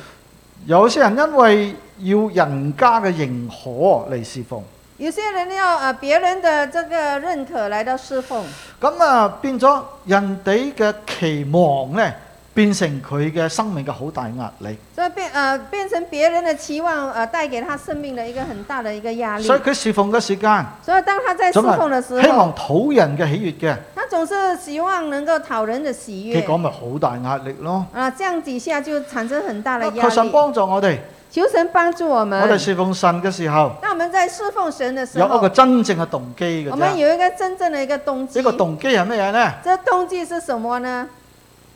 有些人因為要人家嘅認可嚟侍奉，有些人要呃别人的这个认可來到侍奉，咁啊變咗人哋嘅期望呢，變成佢嘅生命嘅好大壓力，所以变呃变成别人的期望呃带给他生命的一个很大的一个压力。所以佢侍奉嘅時間所以当他在侍奉的时希候，望討人嘅喜悅嘅，他总是希望能够讨人的喜結悦果咪好大壓力咯。啊，这样底下就产生很大的压求神力。幫助我哋，求神帮助我我哋们。侍奉神嘅時候那我们在侍奉神的时有一候個，真正嘅動機嘅我们啫。有一个真正的一个动机。呢個動機係咩嘢呢？这动机是什么呢？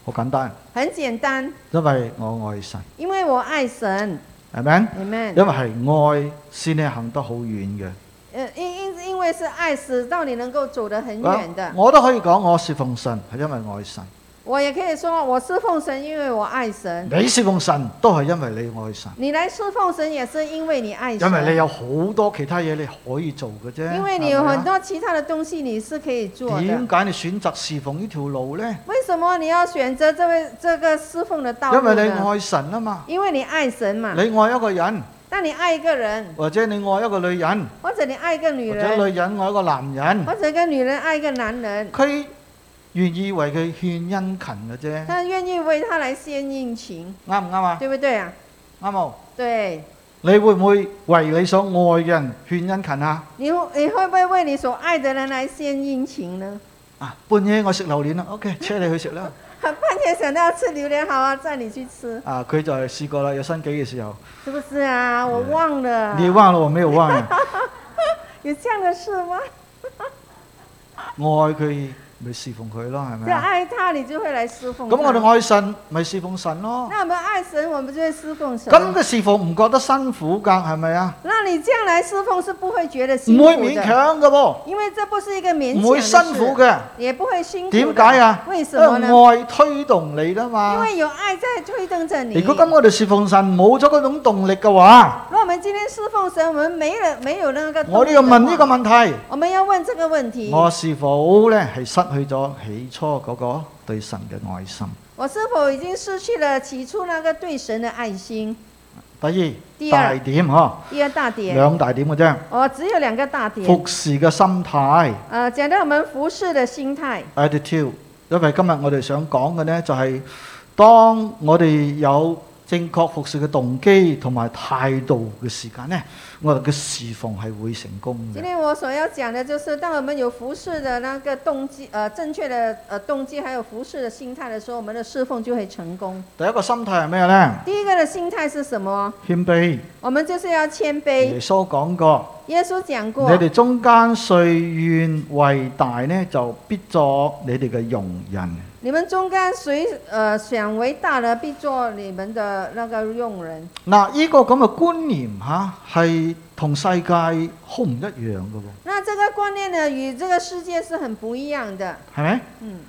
好簡單，很简单，因為我愛神，因为我愛神係咪？因，Amen。為係愛先至行得好遠嘅。呃，因因因为是爱，使到你能够走得很远的。我都可以講我侍奉神係因為愛神，我也可以说，我侍奉神，因为我爱神。你侍奉神都係因為你愛神，你来侍奉神也是因为你爱因為你神，有好多其他嘢你可以做嘅啫。因为你有係咪啊很多其他的东西你是可以做的點。解你選擇侍奉呢條路呢？为什么你要选择这位这个侍奉的道因路為你呢？愛神啊嘛，因为你爱神嘛你。愛一個人，那你爱一个人，或者你愛一個女人，或者你爱一个女或者人，女人愛一個男人，或者一个女人爱一个男人，佢願意為佢獻殷勤嘅啫，他愿意为他来献殷勤，啱唔啱啊？对不对啊？啱冇？对，你會唔會為你所愛嘅人獻殷勤啊？ [LAUGHS] 你你会不会为你所爱的人来献殷勤呢？啊，半夜我食榴蓮啦，OK，車你去食啦。半天想到要吃榴莲，好啊，带你去吃，啊，佢就係試過啦，有新紀嘅時候，是不是啊？我嗯忘了，你忘了我沒有忘了，有这样的事吗？愛佢咪侍奉佢咯，係咪就啊？爱他，你就会来侍奉他。咁我哋愛神咪侍奉神咯。那我们爱神，我们就会侍奉神。咁嘅侍奉唔覺得辛苦㗎，係咪啊？那你这样来侍奉是不会觉得辛唔苦會勉的，強㗎噃，因为这不是一个勉唔會辛强的事，苦嘅，也不会辛苦。點解？啊？为什因么呢？為愛推動你啦因嘛。为有爱在推动着你。如果咁我哋侍奉神冇咗嗰種動力嘅話，如果我们今天侍奉神，我们沒了没有那个动我力都的要话問呢個問我們要問這個問題：題：我是否咧係失去咗起初嗰個對神嘅愛心？我是否已經失去了起初那個對神的愛心？第二第大二點嗬，第二大點，兩大點嘅啫。我只有兩個大點。服侍嘅心態呃，講到我們服侍的心態， attitude，因為今日我哋想講嘅呢，就係、當我哋有正確服侍嘅動機同埋態度嘅時間呢，我哋嘅侍奉係會成功今嘅。天我所要講的就是，當我們有服侍的那個動機，呃，正確的呃動機，還有服侍的心態的時候，我們的侍奉就會成功。第一個心態係咩呢？第一個的心態是什麼？謙卑。我們就是要謙卑。耶穌講過，耶稣讲你过，哋中間歲願為大呢，就必作你哋嘅容人。你们中间谁呃想为大了，必做你们的那个佣人。嗱，呢個咁嘅觀念嚇係同世界好唔一樣嘅喎，那这个观念呢，与这个世界是很不一样的。係咪？嗯，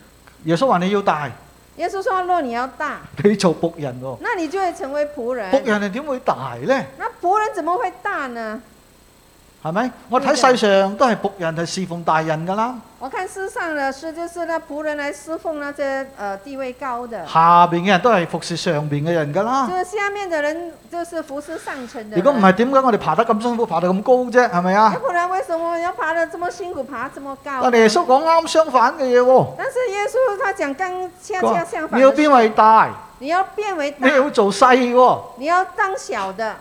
耶穌話你要大，耶稣说，若你要大，你做仆人喎。那你就会成为仆人。仆人係點會大呢？那仆人怎么会大呢？係咪？我睇世上都係仆人係侍奉大人㗎啦，我看世上的事就是那仆人来侍奉那些呃地位高的，下邊嘅人都係服侍上邊嘅人㗎啦就。是下面的人就是服侍上层的如啊果唔人。係點解我哋爬得咁辛苦，爬到咁高啫？係咪要啊？不然为什么要爬得这么辛苦，爬这么高啊但？耶穌講啱相反嘅嘢喎，但是耶稣他讲刚恰佢恰話啊相反嗯你要的是，變為大，你要变为你大，要做細喎。誒、你要当小的。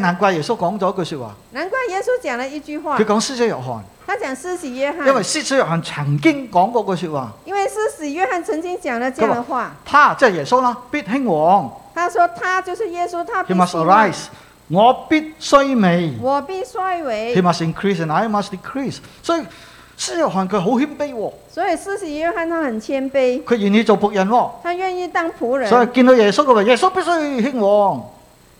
難怪耶穌講咗一句説話，难怪耶稣讲了一句话佢，講施洗約翰，他讲施洗约翰，因為施洗約翰曾經講過句説話，因为施洗约翰曾经讲了这样的话，他即係耶穌啦，必興旺他说他就是耶稣，他啊必，he must 兴旺 arise，我必衰微。我必衰 He 微。 must increase and I must decrease。所以施約翰佢好謙卑喎，所以施洗约翰他很谦卑，佢願意做仆人喎。他愿意当仆人。所以見到耶穌佢話：耶穌必須興旺。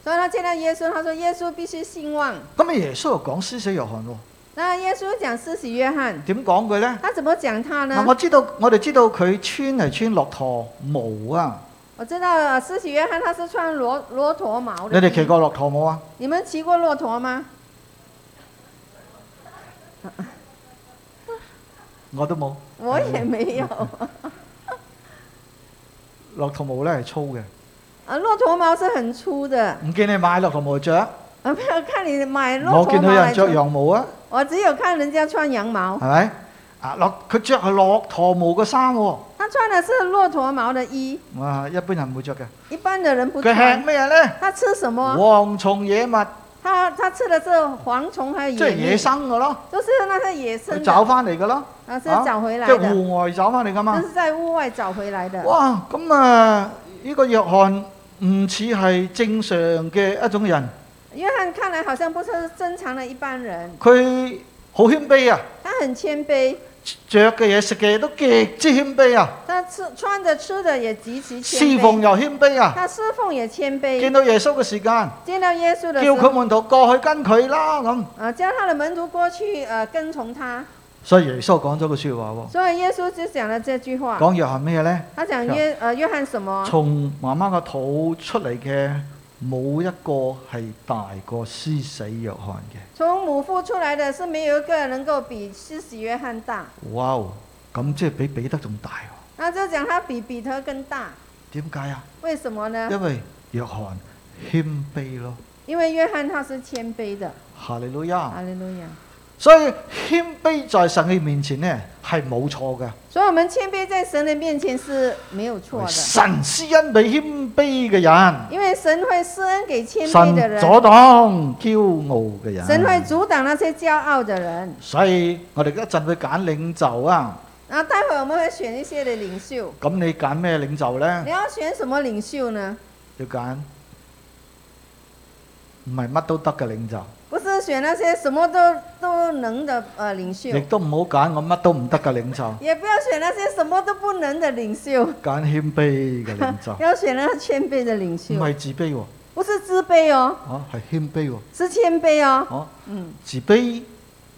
所以他见到耶稣，他说耶稣必须兴旺。咁啊，耶穌又講施洗約翰喎，那耶稣讲施洗约翰，點講佢呢？他怎么讲他呢嗱，？我知道我哋知道佢穿係穿駱駝毛啊。我知道呃施洗约翰他是穿骆骆驼毛你的。哋騎過駱駝冇啊？你们骑过骆驼吗？我都冇。我也没有。駱駝毛咧係粗嘅，啊，骆驼毛是很粗的。唔見你買駱駝毛着。啊，没有看你买骆我驼見到毛有来人穿着，羊毛啊，我只有看人家穿羊毛，係咪？啊，駱佢着係駱駝毛嘅衫喎，他穿的是骆驼毛的衣，啊，一般人唔會着嘅。一般的人不佢吃穿。咩呢？他吃什么？蝗蟲野物，他他吃的是蝗虫还有即係野野蜜，生嘅咯。就是那个野佢生的，找翻嚟嘅咯，啊，是啊找回即来係的，户外找翻嚟噶就嘛。是在屋外找回来的。哇，咁啊，呢個約翰唔似係正常嘅一種人，约翰看来好像不是正常的一般人，佢好謙卑啊，他很谦卑，着嘅嘢食嘅嘢都極之謙卑啊，他吃穿着吃的也极其谦侍奉卑，又謙卑啊。他侍奉也谦見卑。到耶穌嘅時間，见到耶稣叫的时佢候，門徒過去跟佢啦咁。啊，叫他的门徒过去，呃，跟从他。所以耶穌講咗句説話喎，所以耶稣就讲了这句话。講約翰咩呢？他讲约呃约翰什么？從媽媽個肚出嚟嘅冇一個係大過施洗約翰嘅。从母腹出来的是没有一个能够比施洗约翰大。哇！咁即係比彼得仲大喎？那就讲他比彼得更大，點解啊？为什么呢？因為約翰謙卑咯，因为约翰他是谦卑的。哈利路亞。哈利路亚。所以謙卑在神嘅面前呢係冇錯嘅，所以我们谦卑在神的面前是没有错的，神施恩俾謙卑嘅人，因为神会施恩给谦卑神的阻人，擋驕傲嘅神会人。阻挡那些骄傲的人。所以我哋一陣會揀領袖啊，然后待会我们会选一些的领袖，咁你揀咩領袖呢？你要选什么领袖呢？要揀唔係乜都得嘅領袖，不是选那些什么都都能的呃领袖亦，都唔好揀我乜都唔得嘅領袖，也不要选那些什么都不能的领袖。揀謙卑嘅領袖。 [LAUGHS] 要选那谦卑的领袖唔，係自卑喎，不是自卑哦，啊係謙卑喎，是谦卑哦。啊嗯，自卑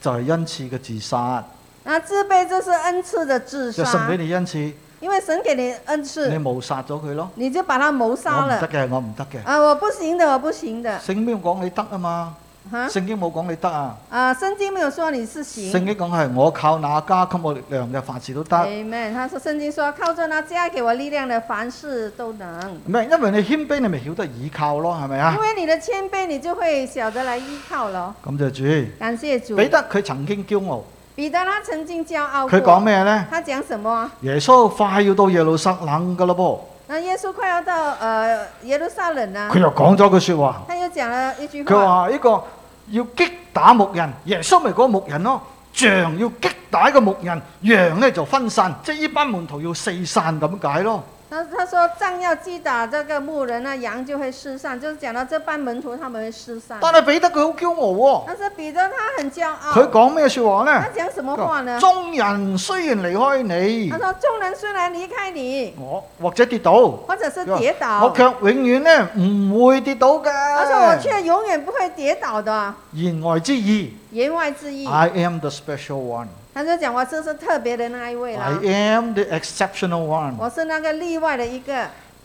就係恩賜嘅自殺，那自卑就是恩赐的自就神杀俾，你恩賜，你因为神给你恩赐，冇殺咗佢咯。你就把他谋我杀唔得了。嘅，我唔得嘅。啊，我不行的，我不行的，聖經講你得啊嘛，哈聖經冇講你得啊。啊，圣经没有说你是聖行經。講係我靠那加給我力量嘅，凡事都得。 Amen。他说圣经说靠着那加给我力量的，凡事都能。唔係因為你謙卑，你咪曉得倚靠咯，係咪啊因？为你的谦卑，你就会晓得来依靠了。咁就主感谢主。彼得佢曾經驕傲，彼得他曾经骄傲佢講过，咩呢？他讲什么？啊耶穌快要到耶路撒冷噶咯那耶稣快要到呃耶路撒噃，冷了。佢又講咗句説話。他又讲了一句佢话，話呢個要擊打牧人，耶穌咪嗰個牧人咯，象要擊打一個牧人，羊咧就分散，即係呢班門徒要四散咁解咯。他他说杖要击打这个牧人呢，羊就会失散，就是讲到这班门徒他们会失散。但係彼得佢好驕傲但是彼得他很驕喎，佢傲，講咩説話他呢？讲什么啊話呢？啊眾人雖然離開你他，说众人虽然离开你，我或者跌倒，我或者是跌倒，卻永遠呢唔會跌倒他说啊我㗎。却永远不会跌倒的。言外之意言外之意， ，I am the special one。他就讲我这是特别的那一 I 位啦， am the exceptional one。我是那个例外的一个。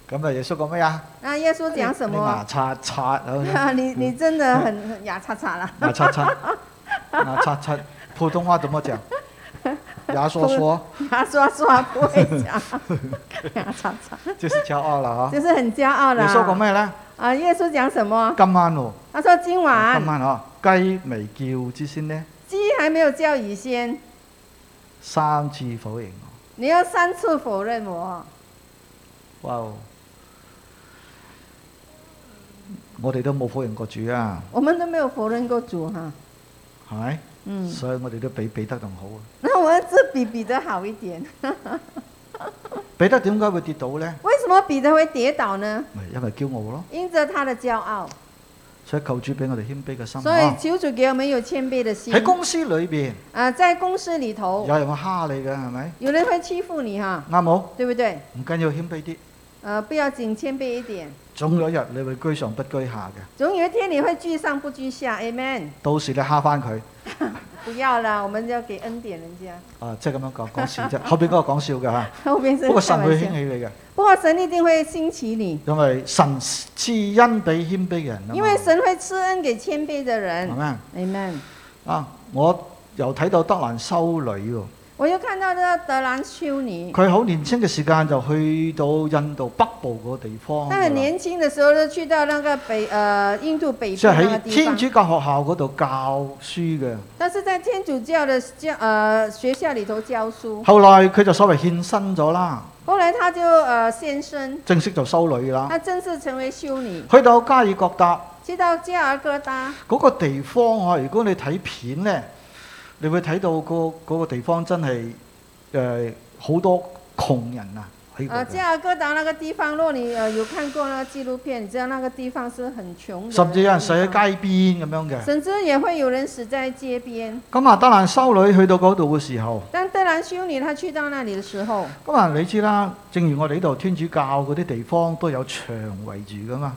咁啊，耶穌講咩啊？那耶稣讲什你牙么？刷 [LAUGHS] 刷啊，你你真的很很牙擦擦啦， [LAUGHS] 牙刷刷，牙刷刷，普通話怎麼講？牙刷刷，牙刷刷不会讲， [LAUGHS] 牙擦擦，就是驕傲啦就是很驕傲嚇。啦耶。穌講咩咧？啊，耶稣讲什么？今晚喎，他说今晚今晚嗬，雞未叫之先呢，鸡还没有叫以先，三次否認你要三次否认我。我。哇哦！我哋都冇否認過主啊，我们都没有否认过主哈，係咪？嗯，所以我哋都比彼得仲好啊。那我们这比彼得好一点。彼得點解會跌倒咧？为什么彼得会跌倒呢？咪因為驕傲咯。因着他的驕傲，所以求主俾我哋謙卑嘅心。所以啊求主给我们有谦卑的心喺。公司裏邊，啊，在公司里头，有人會蝦你嘅係咪？有人会欺负你哈，啱冇？对不对？唔緊要，謙卑啲。呃，不要紧，谦卑一点。總有一日你會居上不居下嘅，总有一天你会居上不居下，amen。到時你蝦翻佢。不要啦，我们要给恩典人家。 [LAUGHS] 啊，即係咁樣講講笑啫。後邊嗰個講笑嘅嚇，后面是不過开神會玩興笑，起你嘅，不过神一定会兴起你，因為神賜恩俾謙卑嘅人啊因为嘛。神会施恩给谦卑的係人咪，amen。啊？我又睇到德蘭修女喎，我又看到这德兰修女，佢好年輕嘅時間就去到印度北部嗰個地方㗎她很啦，年轻的时候就去到那个北呃印度北即部那係个喺地天方，主教學校嗰度教書嘅。但是在天主教的教呃学校里头教书。後來佢就所謂獻身咗啦，后来她就呃先生，正式就修女啦。她正式成为修女，去到加爾各答。去到加尔各答。嗰個地方啊，如果你睇片咧，你會睇到嗰、嗰個地方真係誒好多窮人啊喺呃，度嘅，加尔各答那个地方，若你呃有看过那个纪录片，你知道那个地方是很穷的，甚至有人死喺，街邊咁樣嘅。甚至也會有人死在街边。咁啊，德蘭修女去到嗰度嘅時候，但德兰修女她去到那里的时候，咁啊你知啦，正如我哋呢度天主教嗰啲地方都有牆圍住噶嘛，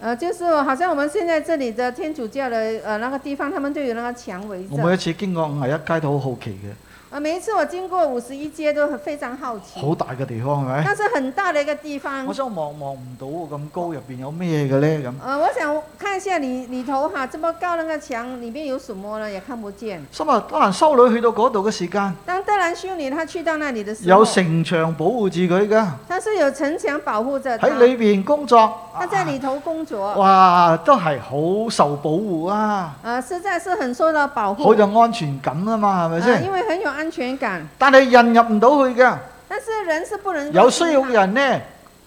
呃，就是好像我们现在这里的天主教的呃那个地方，他们都有那个墙围我每着。一次經過五廿一街都好好奇嘅，啊，每一次我经过五十一街都很非常好奇，好大嘅地方係嗯咪？那是很大的一个地 [LAUGHS] 方我。想望望唔到喎咁高入邊有咩嘅咧咁，呃，我想看一下里里头哈，这么高那个墙里面有什么呢？也看不见。咁啊德蘭修女去到嗰度嘅時間，当德兰修女她去到那里的时候有，城牆保護住佢㗎。她是有城墙保护着她喺，裏邊工作，她在里头工啊作，哇，都係好受保護啊，呃，實在是很受到保好护，有安全感啊嘛，係咪呃，先？因为很有安全感。但係人入唔到去嘅，但是人是不能有够需进要她嘅人呢，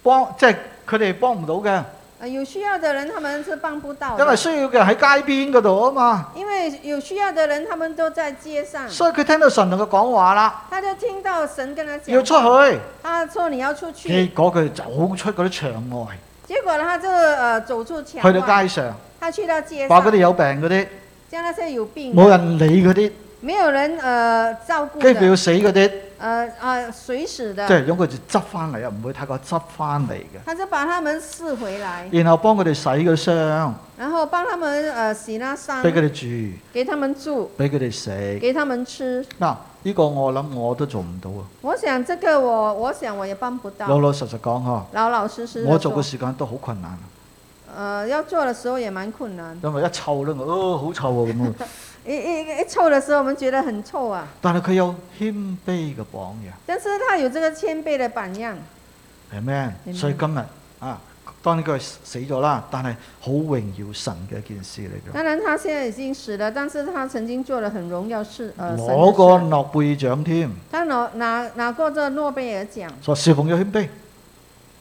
幫即係佢哋幫唔到嘅，呃，有需要的人他们是帮不到因為的，需要嘅人喺街邊嗰度啊嘛，因为有需要的人他们都在街上，所以佢聽到神同佢講話啦，他就听到神跟他要讲，出去，他说你要出去，結果佢走出嗰啲牆外，结果呢他就呃走出墙去外，到街上，他去到街話嗰啲上，有病嗰啲，叫那些有病冇的，人理嗰啲，没有人呃照顾跟住的，要死嗰啲，呃呃水死即的，係用佢就執翻嚟啊，唔會太過執翻嚟嘅，他就把他们拾回来，然後幫佢哋洗個傷。然后帮他们呃洗那伤俾，佢哋住，给他们住，俾佢哋食。给他们吃。嗱，呢個我諗我都做唔到啊！我想这个我我想我也帮不到，老老實實講呵，老老实实我的做做嘅。時間都好困難，啊呃，要做的时候也蛮困难，因為一臭咧，我哦好臭啊咁 [LAUGHS] 啊。一一一臭的时候，我们觉得很臭啊。但係佢有謙卑嘅榜樣但是他有这个谦卑的榜样，係咩？所以今日啊，當然佢係死咗啦，但係好榮耀神嘅一件事嚟嘅。当然他现在已经死了，但是他曾经做了很荣耀事，呃，神攞過的事諾貝爾獎添，他拿拿拿过这诺贝尔奖，所以侍奉要謙卑，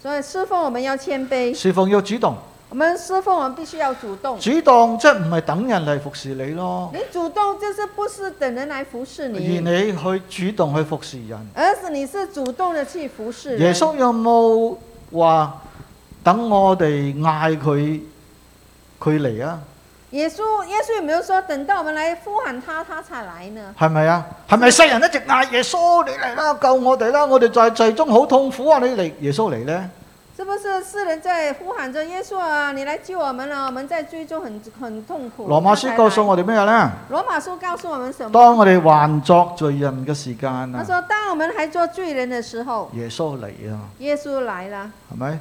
所以侍奉我们要谦卑，侍奉要主動，我我们侍奉，我们必须要主动。主動即係唔係等人嚟服侍你咯，你主动就是不是等人来服侍而你，你去主動去服侍人。而是你是主动的去服侍人。耶穌有冇話等我哋嗌佢佢嚟啊？耶稣，耶稣有没有说等到我们来呼喊他，他才来呢？係咪啊？係咪世人一直嗌耶穌你嚟啦，救我哋啦，我哋就係罪中好痛苦啊！你嚟，耶穌嚟呢？是不是世人在呼喊着耶稣啊，你来救我们了、我们在追中很很痛苦。羅馬書告訴我，我哋咩啊呢？罗马书告诉我们什么？當我哋還作罪人嘅時間他啊，说，当我们还做罪人的时候，耶穌嚟啊，耶稣来了。係咪？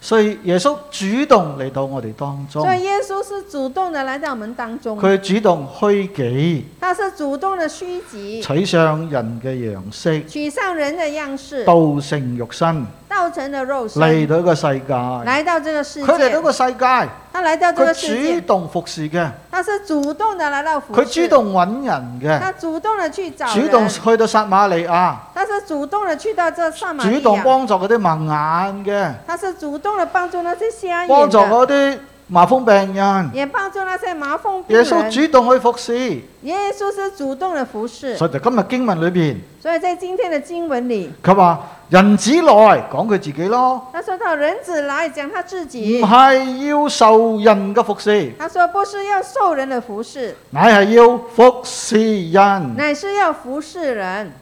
所以耶穌主動嚟到我哋當中所，以耶稣是主动的来到我们当中，佢主動虛己，他是主动的虚己，取上人嘅樣式，取上人的样式，道成肉身道成了肉嚟身，到呢個世界。来到这个世佢嚟到界呢。個世界，他来到这个世佢界主，動服侍嘅，他是主动的来到服佢侍主，動揾人嘅。他主动的去找主人，動去到撒瑪利亞，他是主动的去到这撒玛主利動亚，幫助嗰啲盲眼他是主动的帮助那些瞎嘅，幫眼助的，嗰啲麻風病人。也帮助那些麻风病耶穌人。主動去服侍，耶稣是主动的服侍，所以就今日經文裏邊，所以在今天的經文里，佢話人子來講佢自己咯，他说到人子来讲他自己唔，係要受人嘅服侍，他说不是要受人的服侍，乃係要服侍人。乃是要服侍人。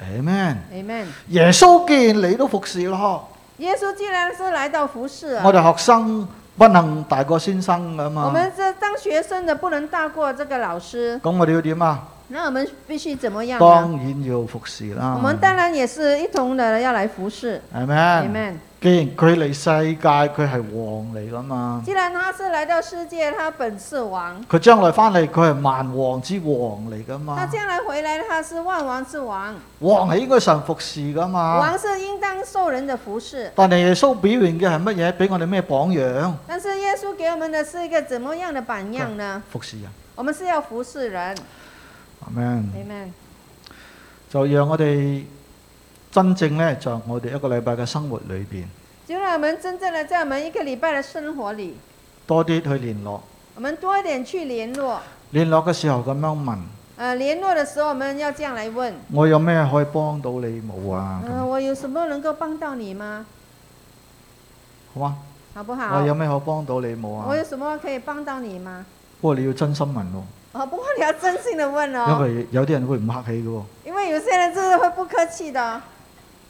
Amen。 Amen。耶穌既然你都服侍咯，耶稣既然是来到服侍啊我，哋學生不能大過先生噶我嘛。们这当学生的不能大过这个老师，咁我哋要點啊？那我们必须怎么样呢？當然要服侍啦。我们当然也是一同的要来服侍。 Amen。 Amen。既然佢嚟世界，佢係王嚟噶嘛，既然他是来到世界，他本是王，佢將來翻嚟，佢係萬王之王嚟噶他嘛，将来回来，他是万王之王，王係應該神服侍噶嘛。王是应當受人的服侍。但係耶穌表現嘅係乜嘢？俾我哋咩榜樣？但是耶稣给我们的是一个怎么样的榜样呢？服侍人。我们是要服侍人。 Amen。 Amen。就讓我哋真正咧，在我哋一個禮拜嘅生活裏邊，就让我们真正的在我们一个礼拜的生活里，多啲去聯絡。我们多一点去联络。聯絡嘅時候咁樣問：呃，联络的时候我们要这样来问：我有咩可以幫到你冇啊？嗯、咁我有什么能够帮到你吗？好啊嘛？好不好我？有咩可以幫到你冇我啊有？什么可以帮到你吗？不過你要真心問喎，哦，不过你要真心的问因哦，為有啲人會唔客氣嘅喎。因为有些人真的会不客气的哦，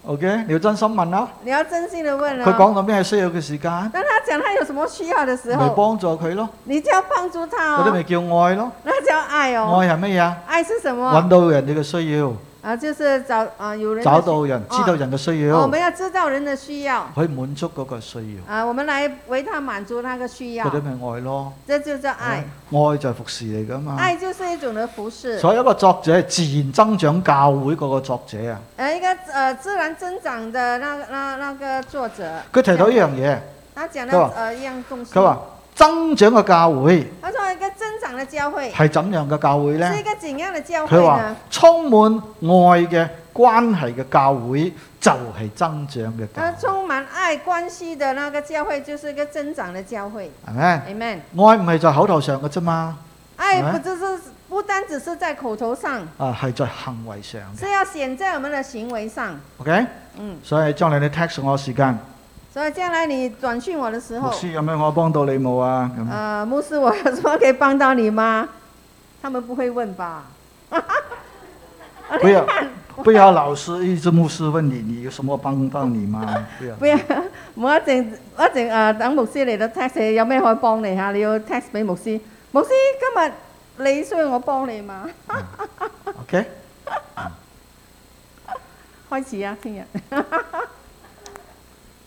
OK，你要真心問啦。你要真心的问佢哦。講到咩需要嘅時間，当他讲他有什么需要的时咪候，幫助佢咯。你就要帮助他嗰啲咪哦，叫愛咯。那叫爱哦。愛係乜嘢啊？爱是什揾么？到人哋嘅需要，啊，就是找啊有人的找需到人，知道人嘅需哦我要，们要知道人的需要可以滿足嗰個需要，啊，我们来为他满足那个需嗰啲要，咪愛咯。这就叫爱。愛就係服侍嚟噶嘛。爱就是一种的服侍，所以一個作者自然增長教會嗰個作者啊，呃，一个呃自然增长的那那那个作者，佢提到一樣嘢，他讲佢到話呃一样东西，佢話增長嘅教會他说一个增长的教会係怎樣嘅教會呢是一？个怎样的教会佢話呢？充滿愛嘅關係嘅教會就係增長嘅教它會，充满爱关系的那个教会就是一个增长的教会係咪？ ，Amen。愛唔係在口頭上嘅啫嘛，爱啊不只是不单只是在口头上，啊係在行為上嘅是要显在我们的行为上。 ，OK？嗯，所以將來你 text 我時間，所以将来你短讯我的时牧候，師有咩我幫到你冇啊？咁呃，牧师，我有什么可以帮到你吗？他们不会问吧？ [LAUGHS] 不要不要老是一直牧師問你，你有什麼幫到你 [LAUGHS] 嗎？不要 [LAUGHS] 不要，我一陣一陣誒等牧師嚟到 text 你有咩可以幫你啊嚇？你要 text 俾牧師。牧師今日你需要我幫你嘛？ ，OK？開始啊，聽日。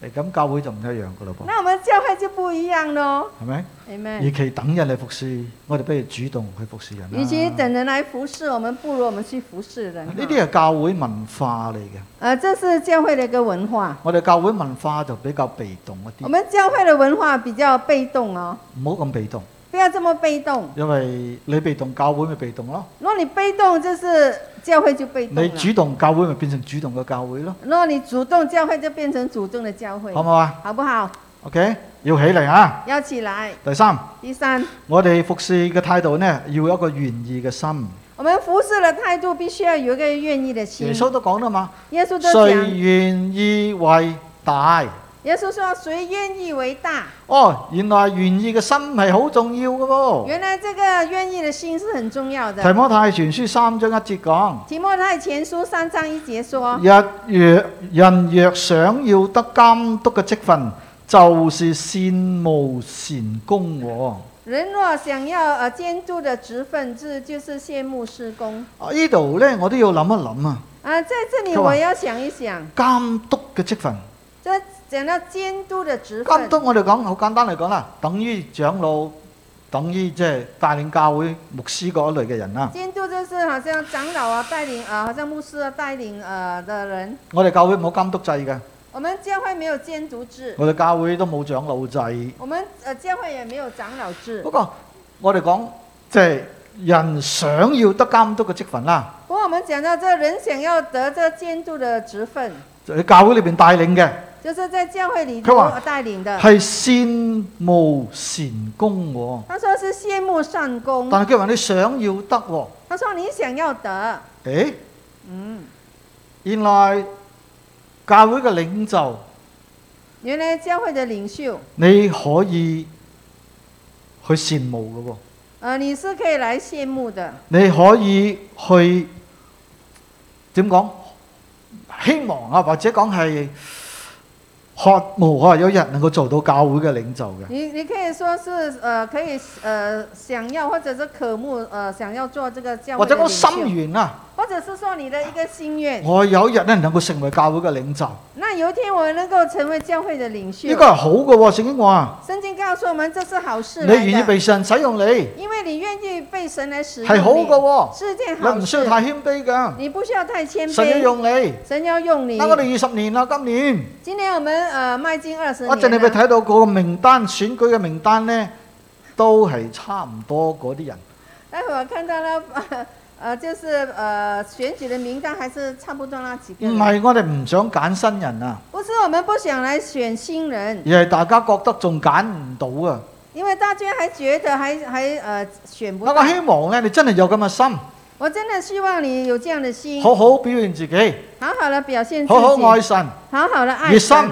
嚟咁教會就唔一樣噶咯噃，那我們教會就不一樣咯係咪？與，Amen。其等人嚟服侍，我哋不如主動去服侍人啦。啊與其呢等人來服侍我們，不如我們去服侍人。啲係教會文化嚟嘅，呃，這是教會的一個文化。我哋教會文化就比較被動一我啲，們教會的文化比較被動哦，唔好咁被動，不要這麼被動。因為你被動，教會咪被動咯。如果你被動，就是教會就被動你了。主動教會咪變成主動嘅教會咯，如果你主動教会，就变成主动的教会，好唔好啊？好不好？ OK，要起嚟啊！要起来。第三，第三，我哋服侍嘅態度呢，要有一個願意嘅心。我们服侍的态度必须要有一个愿意的心。耶穌都講啦嘛，耶稣都誰讲，願意為大？耶稣说：“谁愿意为大哦，原來願意嘅心係好重要嘅？”喎。原来这个愿意的心是很重要提的。摩太前書三章一節講。提摩太前书三章一节说若若人若想要得監督嘅職分，就是善無善功喎。：“人若想要呃监督的职分，这就是羡慕施工。啊呢度呢，我都要諗一諗啊，”啊，在这里干嘛我要想一想，監督嘅職分，这讲到监督的职監分，督我哋講好簡單嚟講啦，等於長老，等於即係帶領教會牧師嗰一類嘅人啦。监督就是好像长老啊带领啊，好像牧师啊带领呃的人。我哋教會冇監督制嘅，我们教会没有监督制，我哋教會都冇長老制。我们呃教会也没有长老制不。過我哋講即係人想要得監督嘅職分啦，不过我们讲到这人想要得这监督的职分，就喺教會裏邊帶領嘅。就是在教会里他说头带领的。係善無善功喎。他说是羡慕上公，但係佢話你想要得喎，他说你想要得，誒，嗯，原來教會嘅領袖原来教会的领袖，你可以去羨慕呃，你是可以来羡慕的，嘅喎，你可以去點講？希望啊，或者講係渴慕啊，有一日能夠做到教會嘅領袖嘅。你你可以说是呃可以呃想要或者是渴慕呃想要做这个教或会的者领我袖，心願啊，或者是说你的一个心愿，我有一日咧能夠成為教會嘅領袖，呢那有一天我能够成为教会的领袖個。係好嘅喎。聖經話：圣经告诉我们这是好事你来願意的，被神使用你。因为你愿意被神来使用係好你嘅喎，是件好你唔需要事。太謙卑㗎。你不需要太谦神要卑，用你。神要用你等。我哋二十年啦，今年今年我们呃迈进二十一陣你年會了，睇到嗰個名單選舉嘅名單呢，都係差唔多嗰啲人。待会儿看到了 [LAUGHS] 呃呃就是呃选举的名单还是差不多那几个唔人。係我哋唔想揀新人啊，不是我们不想来选新人，而係大家覺得仲揀唔到啊。因为大家还觉得还还呃选不我我到。希望呢，你真係有咁嘅心，我真的希望你有这样的心，好好表現自己，好好的表现自好己好，愛神，好好的爱熱心神，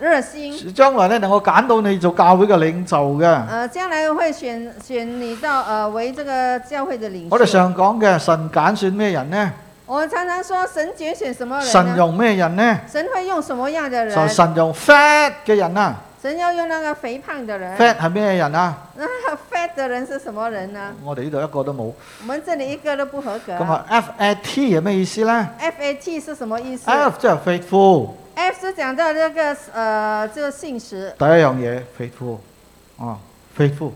热心。將來呢，能夠揀到你做教會嘅領袖嘅。呃，将来会选选你到呃为这个教会的领袖。我哋常講嘅，神揀選咩人呢？我常常说，神拣选什么人神呢？用咩人呢？神会用什么样的人？就神用 fat 嘅人啊。神要用那个肥胖的人。 fat 係咩人啊？那 fat 的人是什么人呢？我哋呢度一個都冇。我们这里一个都不合格咁啊、啊，fat 係咩意思咧 FAT 是什么意思？f 即係 faithful， ？F 是讲到这个呃这个信实，第一樣嘢 faithful，啊 faithful，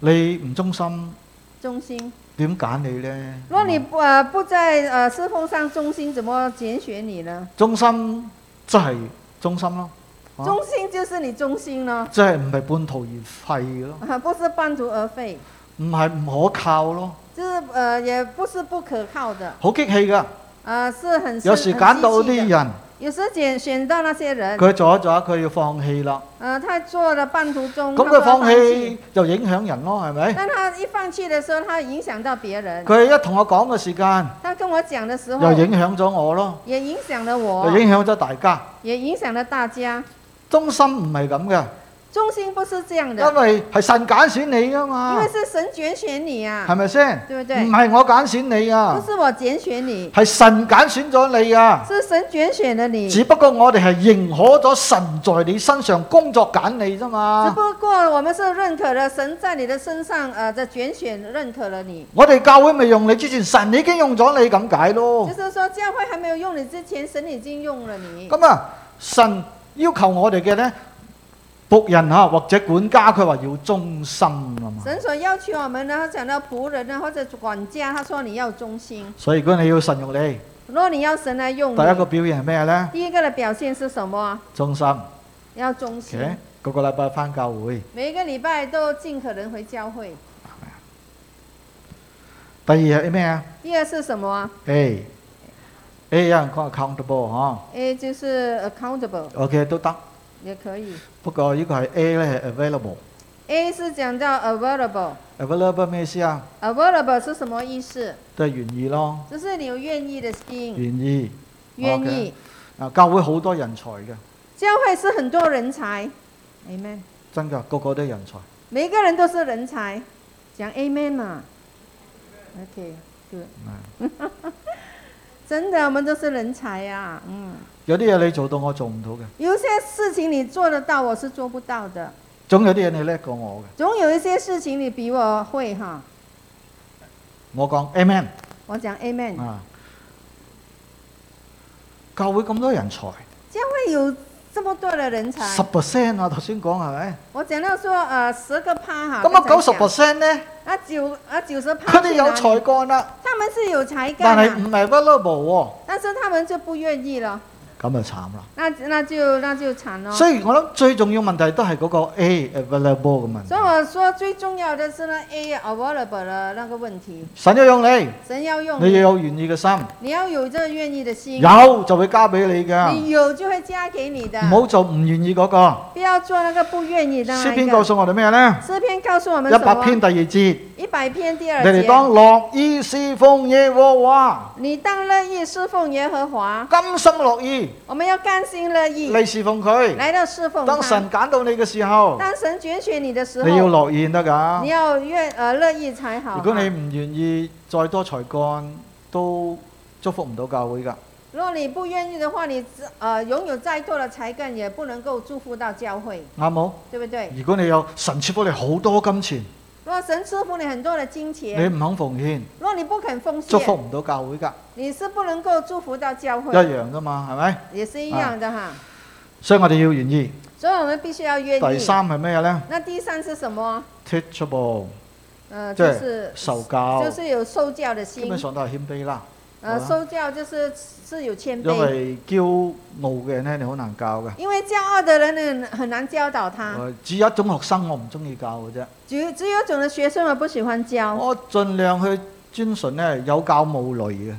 你唔忠心忠心。點揀你啊咧？如果你不呃不在呃侍奉上忠心，怎么拣选你呢？忠心即係忠心咯，啊忠心就是你忠心呢，即係唔係半途而廢嘅咯，啊不是半途而废，唔係唔可靠咯，就是呃也不是不可靠的。好激氣㗎。啊，是很有是時很揀到稀奇啲的人，有时选选到那些人，佢做一做，佢要放棄啦。呃，他做了半途咁中，他佢會放棄，棄就影響人咯，係咪？但他一放弃的时候，他影响到别人。佢一同我講嘅時間，他跟我讲的时候又，影響咗我咯，也影响了又我，影響咗大家。也影响了大家。忠心唔係咁嘅，中心不是这样因的，為係神揀選你噶因嘛为，是神拣选你啊係，咪先？对不唔对？係我揀選你不啊，是我拣选你，係神揀選咗你啊。是神拣选了你。只不過我哋係認可咗神在你身上工作揀你啫只嘛。不过我们是认可了神在你的身上，呃，的拣选认可了你。我哋教會未用你之前，神已經用咗你咁解咯就。是说，教会还没有用你之前，神已经用了你。咁啊，神要求我哋嘅呢，仆人啊或者管家，佢話要忠心啊嘛。神所要求我们呢，他讲到仆人啊呢，或者管家，他说你要忠心。所以如果你要神用你，如果你要神来第用一你，個表現係咩呢？第一个的表现是什么？啊忠心。要忠心。 OK，個個禮拜翻教會。每一个礼拜都尽可能回教会。第二係咩啊第二是什么啊？A A 有人講 accountable 嗬？A 就是 accountable， ，OK 都得也可以。不過呢個係 A 咧係 available，available A 是讲到 available，available 咩意思啊？是什么意思？都係願意咯，就是你有愿意的心，願意。愿嗯 OK 意。啊，教會好多人才嘅，教会是很多人才，amen。真㗎，個個都係人才。每个人都是人才，讲 amen 嘛。OK，啊 [LAUGHS] 真的，我们都是人才呀、嗯，有啲嘢你做到我做唔到嘅，有些事情你做得到，我是做不到的。總有啲嘢你叻過我嘅。总有一些事情你比我会哈。我講 Amen 我讲 amen，啊，教會咁多人才，将会有这么多的人才。十 percent 啊，頭先講係咪？我讲到说，呃，十个趴哈。咁啊，九刚十才讲 percent 咧，啊九啊九十趴。佢哋有才，幹啦，他们是有才但干係的，唔係 available 喎，但是他们就不愿意了，咁就慘啦。那那就那就惨了。所以我諗最重要問題都係嗰個 A available 嘅問所以題。我说最重要的是呢 A available 的那个问题，神要用你，神要用你你，要有願意嘅心，你要有这愿意的心，有就會加俾你嘅，你有就会加给你的唔，好做唔願意嗰個。不要做那个不愿意的詩那一篇告个。訴我哋咩呢？诗篇告诉我们一什百篇么？第二節，一百篇第二你哋节，當樂意侍奉耶和華，你当乐意侍奉耶和华，甘心樂意我们要甘心乐意你侍奉佢。来到侍奉當他。神揀到你嘅時候，当神拣选你的时你要候，樂意得㗎你。要愿呃乐意才好如哈。果你唔願意，再多才幹都祝福唔到教會㗎。如果你不愿意的话，你呃拥有再多的才干也不能够祝福到教会，啱冇？对不对？如果你有神賜福你好多金錢，如果神赐福你很多的金你钱，唔肯奉獻，如果你不肯奉祝福献，唔到教會㗎，你是不能够祝福到教一会，樣㗎嘛，係咪？也是一样的啊哈。所以我哋要願意。所以我们必须要愿第意。三係咩呢？那第三是什么？ teachable 呃，即就係是受教就，是有受教的基心本。上都係謙卑啦。呃，好啊受教就是是有谦因卑，為驕傲嘅人咧，你好難教嘅。因为骄傲的人呢很难教导他。我只有一種學生我唔中意教嘅啫，只只有一种的学生我不喜欢教，我盡量去專純咧有教無類嘅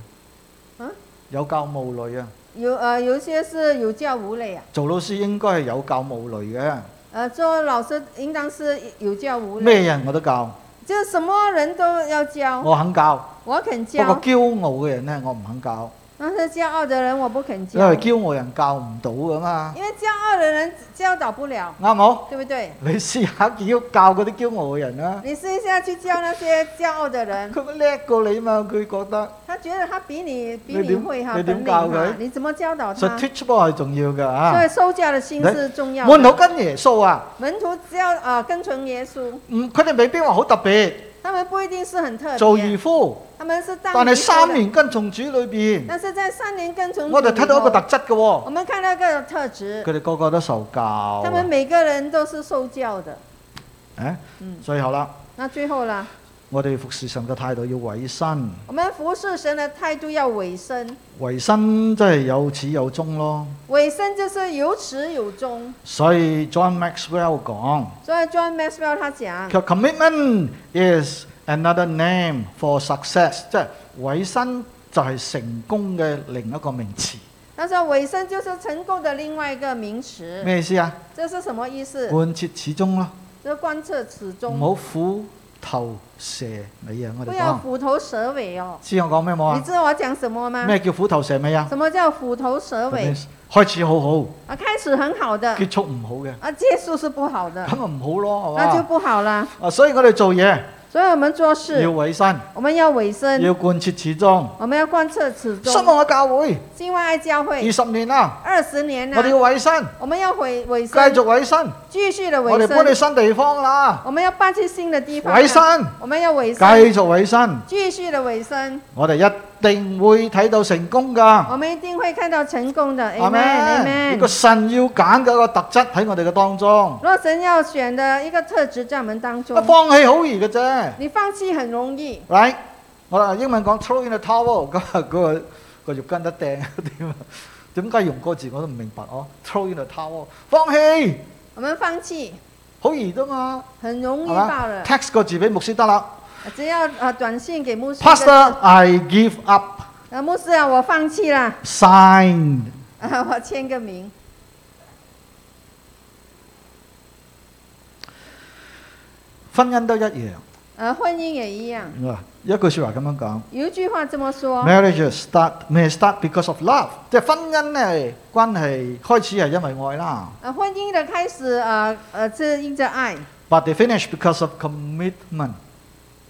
啊。有教無類啊！有呃有一些是有教无类啊。做老師應該係有教無類嘅，呃，做老师应当是有教无类，咩人我都教，就是什么人都要教，我肯教。我肯不教過。驕傲嘅人咧，我唔肯教，但是骄傲的人我不肯因教為，驕傲人教唔到噶嘛，因为骄傲的人教导不了，啱冇？对不对？你試下要教嗰啲驕傲嘅人啦，你试一下去教那些骄傲的人，佢叻過你嘛，佢覺得。他觉得他比你比你你点会哈，你本点领教哈佢，你怎么教导所以他？ teachable 係重要㗎啊所以受教的心你是重要門徒的。跟耶穌啊，门徒教呃跟从耶稣，唔佢哋未必話好特別，他们不一定是很特做别，漁夫，他们是当但係渔夫三的，年跟從主裏邊，但是在三年跟从主我哋睇到一個里特头質嘅喎，我们看到一个特质，佢哋個個都受教啊他，们每个人都是受教的。誒，嗯，最後啦，那最后啦，我哋服侍神嘅態度要委身，我们服侍神的态度要委身，委身即係有始有終咯。委身就是有始有终。所以 John Maxwell 講，所以 John Maxwell 他讲，佢 commitment is another name for success，即係委身就係成功嘅另一個名詞，他说委身就是成功的另外一个名词，咩意思啊？这是什么意思？貫徹始終咯。这贯彻始唔终，好虎頭蛇尾啊！我哋不要講，虎头蛇尾哦。知我講咩冇你啊？知道我讲什么吗？咩叫虎頭蛇尾啊？什么叫虎头蛇尾？開始好好，啊，开始很好的，結束唔好嘅，啊，结束是不好的，咁咪唔好咯，那係就嘛？不好啦。啊，所以我哋做嘢所以我们做要事，委身，我们要委身，要貫徹始終。我们要贯彻始新终。望嘅教會境外爱教二会十年啦，二十年我哋要了，委身，我们要委委繼身，續委身。继续的我委哋搬去身，新地方啦，我们要搬去新的地方委身了，，我们要委身，繼續委身。继续的委身，我哋一定會睇到成功㗎。我们一定会看到成功的。係咪？呢 Amen，Amen 個。神要揀嘅一個特質喺我哋嘅當中，若神要选的一个特质在我们当中啊，放棄好易嘅啫。你放弃很容易。 right？我話英文講 throw in the towel，咁啊嗰個個浴巾一掟點啊？點解用嗰個字我都唔明白哦？throw in the towel，放棄，我们放弃好易啫嘛。很容易好吧到了， text 個字俾牧師得啦。只要呃短信给牧师一个字。 Pastor，I give up。呃，牧师啊，我放弃了，呃 Sign 啊，我签个名。婚姻都一樣。呃，婚姻也一样。啊一句説話咁樣講。有一句话这么说： Marriages start may start because of love，即係婚姻咧關係開始係因為愛啦呃，婚姻的开始，呃呃，是因着爱。 ，but they finish because of commitment。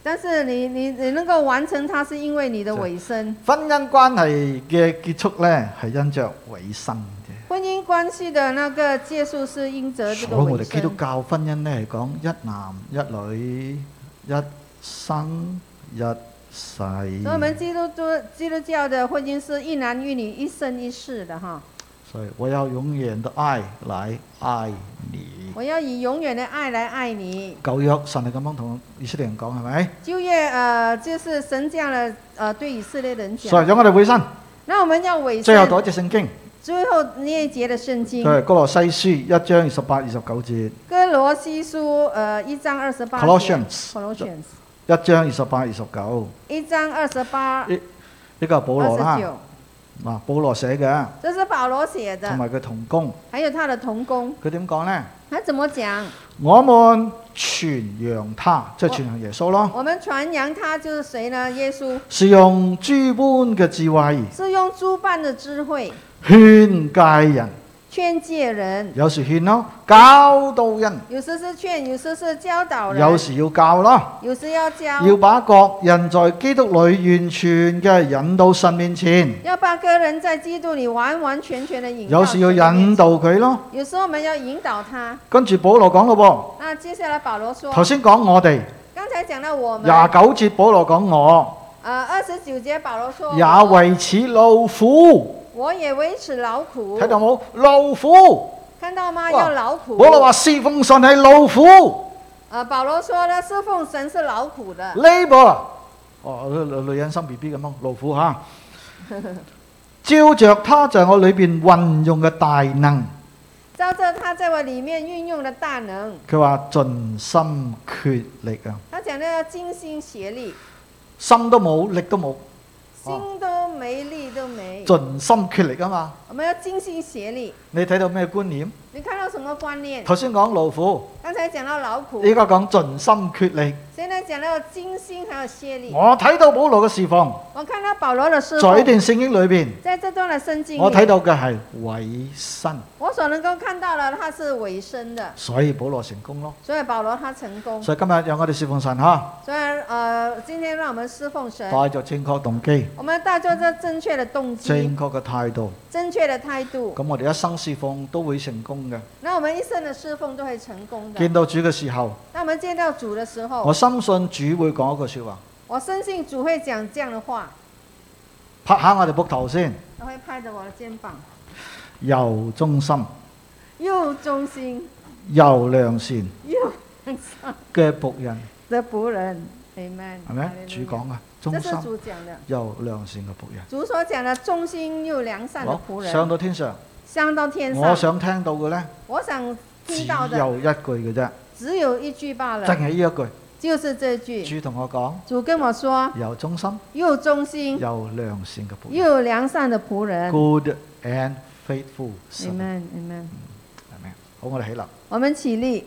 但是你你你能够完成它，是因为你的委身。婚姻關係嘅結束咧係因着委身嘅，婚姻关系的那个结束是因着所这以个我委哋基督身。教婚姻咧係講一男一女一生一世。所以我们基督教基督教的婚姻是一男一女一生一世的哈。所以我要永遠的愛來愛你。我要以永远的爱来爱你。舊約神係咁樣同以色列人講係咪？就业呃，就是神这样的呃，对以色列人所以讲。讓我哋委身。那我们要委最後身。讀一隻聖經。最后那一节的圣经，佢係《哥羅西書》一章二十八、二十九節，哥罗西书呃一章二十八 Colossians Colossians 一章二十八、二十九，一章二十八呢個係保羅二啦十，九，嗱，保羅寫嘅，这是保罗写同的，埋佢同工，还有他的同工，佢點講呢？他怎么讲？我們傳揚他，即係傳揚耶穌咯，我们传扬他就是谁呢？耶稣是用諸般嘅智慧是用诸般的智慧勸戒人，劝诫人，有時勸咯，教導人，有时是劝，有时是教导人，有時要教咯，有时要教，要把各人在基督裏完全嘅引到神面前，要把个人在基督里完完全全的引导。有時要引，導佢咯。有时候我们要引导他。跟住保羅講咯那接下来保罗噃，说頭，先講我哋。刚才讲到啊我们。廿九節保羅講我呃，二十九节保罗说，也我為此勞苦，我也为此劳苦睇，到冇？勞苦，看到吗？哇要劳苦。保羅話侍奉神係勞苦呃，保罗说呢，侍奉神是劳苦的， ，labour。哦，女女人生 B B 咁樣勞苦 [LAUGHS] 嚇。照着他在我裏邊運用嘅大能，照着他在我里面运用的大能。佢話盡心竭力啊，他讲的要尽心竭力，心都冇，力都冇，心都没，力都没。盡心竭力啊嘛。我们要尽心竭力。你睇到咩觀念？你看到什么观念？頭先講勞苦，刚才讲到劳苦，依家講盡心竭力。现在讲到精心还有竭力。我睇到保羅嘅侍奉，我看到保罗的侍在呢奉，段聖經裏邊。在这段的圣经我睇里，到嘅係委身，我所能够看到的，他是委身的，所以保羅成功咯。所以保罗他成功。所以今日讓我哋侍奉神嚇，所以呃，今天让我们侍奉神，帶着正確動機、我们带着这正确的动机正、確嘅態度，正确的态度，咁我哋一生侍奉都會成功嘅。那我们一生的侍奉都会成功的見。到主嘅時候，那我们见到主的时候我，深信主會講一句説話，我深信主会讲这样的话，拍下我哋膊頭先，他会拍着我的肩膀，又忠心、又忠心 [LAUGHS] 又良善又嘅仆人，的仆人，Amen。係咪哈利？主路講嘅亚忠这是心主讲的，又良善嘅仆人。主所讲的忠心又良善的仆好，上人，到天上，上到天我上。想聽到嘅呢，我想只听到的有一句嘅啫，只有一句罢淨了，係呢就是这一句。句。主同我講，主跟我说。又忠心。又忠心有良善嘅仆人又良善的仆人。 ，good and faithful servant， Amen, Amen。係咪？好，我哋起立。我们起立，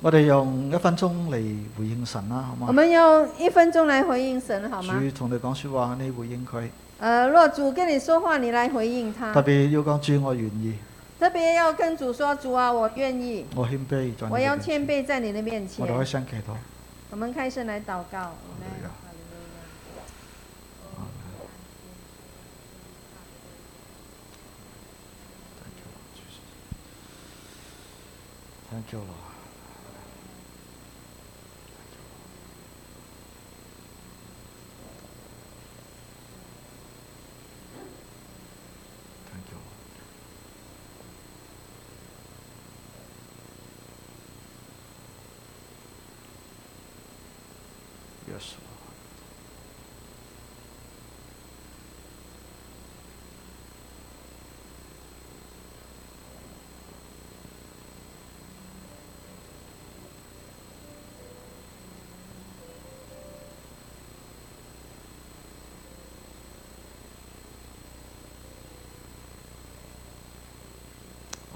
我哋用一分鐘嚟回應神啦，好我嘛？们用一分钟来回应神，好吗？主同你講説話，你回應佢。呃，若主跟你说话，你来回应特他。別要講主，我願意，特別要跟主说：“主啊，我愿意，我謙卑在你我要面谦前。卑在你的面前我。哋開聲祈禱。”我们开声来祷告。Amen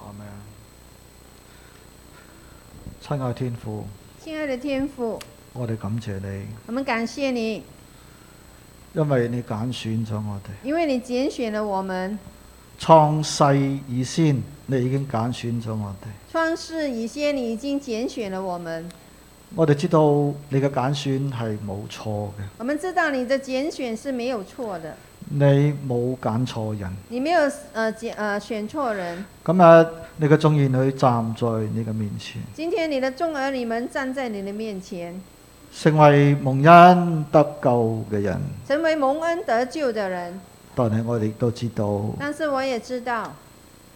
阿門。親愛天父，亲爱的天父，我哋感謝你，我们感谢你，因為你揀選咗我哋。因为你拣选了我们。創世以先，你已經揀選咗我哋。创世以先，你已经拣选了我们。我哋知道你嘅揀選係冇錯嘅，我们知道你的拣选是没有错的，你冇揀錯人。你没有呃拣呃选错人。今日你嘅眾兒女站在你嘅面前，今天你的众儿女们站在你的面前，成為蒙恩得救嘅人。成为蒙恩得救的人。但係我哋都知道，但是我也知道，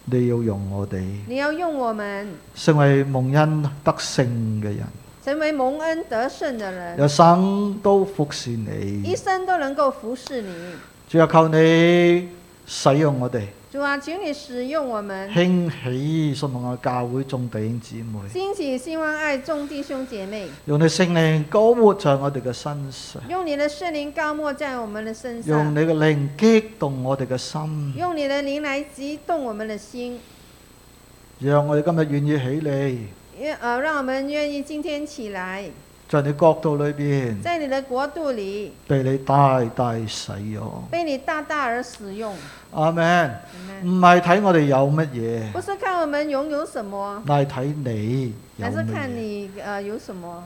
你要用我哋你要用我们成為蒙恩得勝嘅人，成为蒙恩得胜的人，一生都服侍一你。生都能够服侍你。主啊，求你使用我哋，主啊，请你使用我们，興起信望愛教會眾弟兄姊妹。兴起兴旺爱众弟兄姐妹，用你聖靈高活在我哋嘅身上，用你的圣灵高抹在我们的身用上，你嘅靈激動我哋嘅心，用你的灵来激动我们的心，讓我哋今日願意起嚟，愿呃让我们愿意今天起来，在你國度裏邊在你的国度里被你大大使用。被你大大而使用。阿 Man， Amen 唔係睇我哋有乜嘢，不是看我们拥有什么，乃係睇你有而是乜看嘢。你呃有什么。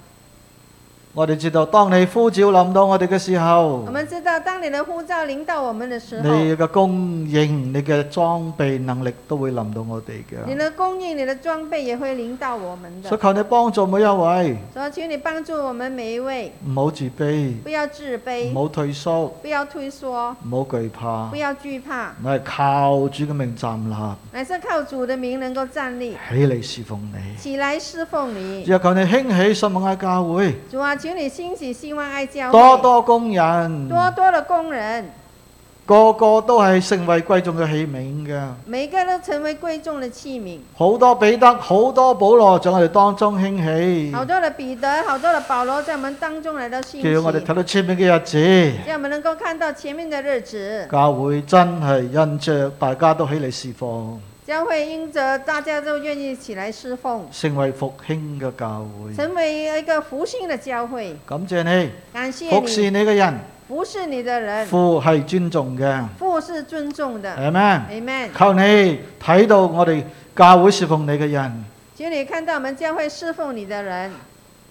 我哋知道，當你呼召臨到我哋嘅時候我，们知道，当你的呼召临到我们的时候，你嘅供應、你嘅裝備能力都會臨到我哋你嘅。的供应、你的装备也会临到我们的所以。求你幫助每一位，所以，请你帮助我们每一位，唔好自卑，不要自唔卑，好退縮，不要退缩，唔好懼怕不。要惧怕，我係靠主嘅名站立，乃是靠主的名能够站立起嚟侍奉你。起来侍奉你。主啊，求你興起信望愛教會，主啊，请你兴起希望爱教会，多多工人，多多的工人，個個都係成為貴重嘅器皿嘅。每个都成为贵重的器皿。好多彼得，好多保羅在我哋當中興好起，多的彼得，好多的保罗在我们当中来到兴起，叫我哋睇到前面嘅日子，让我们能够看到前面的日子，教會真係因着大家都起嚟侍奉，将会因着大家都愿意起来侍奉，成為復興嘅教會。成为一个福星的教会。感謝你，感谢服侍你，你嘅人，服侍你的人，父係尊重嘅，父是尊重的。係咪？ Amen。求你睇到我哋教會侍奉你嘅人，请你看到我们将会侍奉你的人，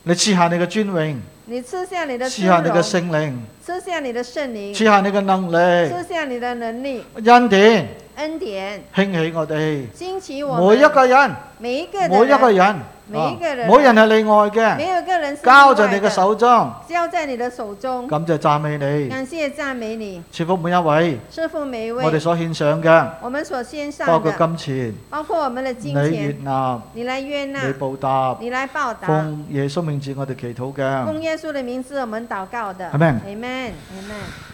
你賜下你嘅尊榮，你吃下你的賜尊下你嘅荣，聖靈，吃下你的圣灵，賜下你嘅能力、吃下你的能力、恩典，恩典，興起我哋兴起我们每一個人，每一个每的一個人，人，啊每一個人冇人係例外嘅，没有一个人是交例在外你嘅的手中，交在你的手中。咁就讚美你，感谢赞美你，賜福每一位，师父每一位，我哋所獻上嘅，我们所献包上括的，金錢，包括我们的你金悅钱，納，你来悦你纳，報答，你来报答。奉耶穌名字我哋祈禱奉嘅，耶稣的名字，我们祷告的。 Amen Amen。Amen。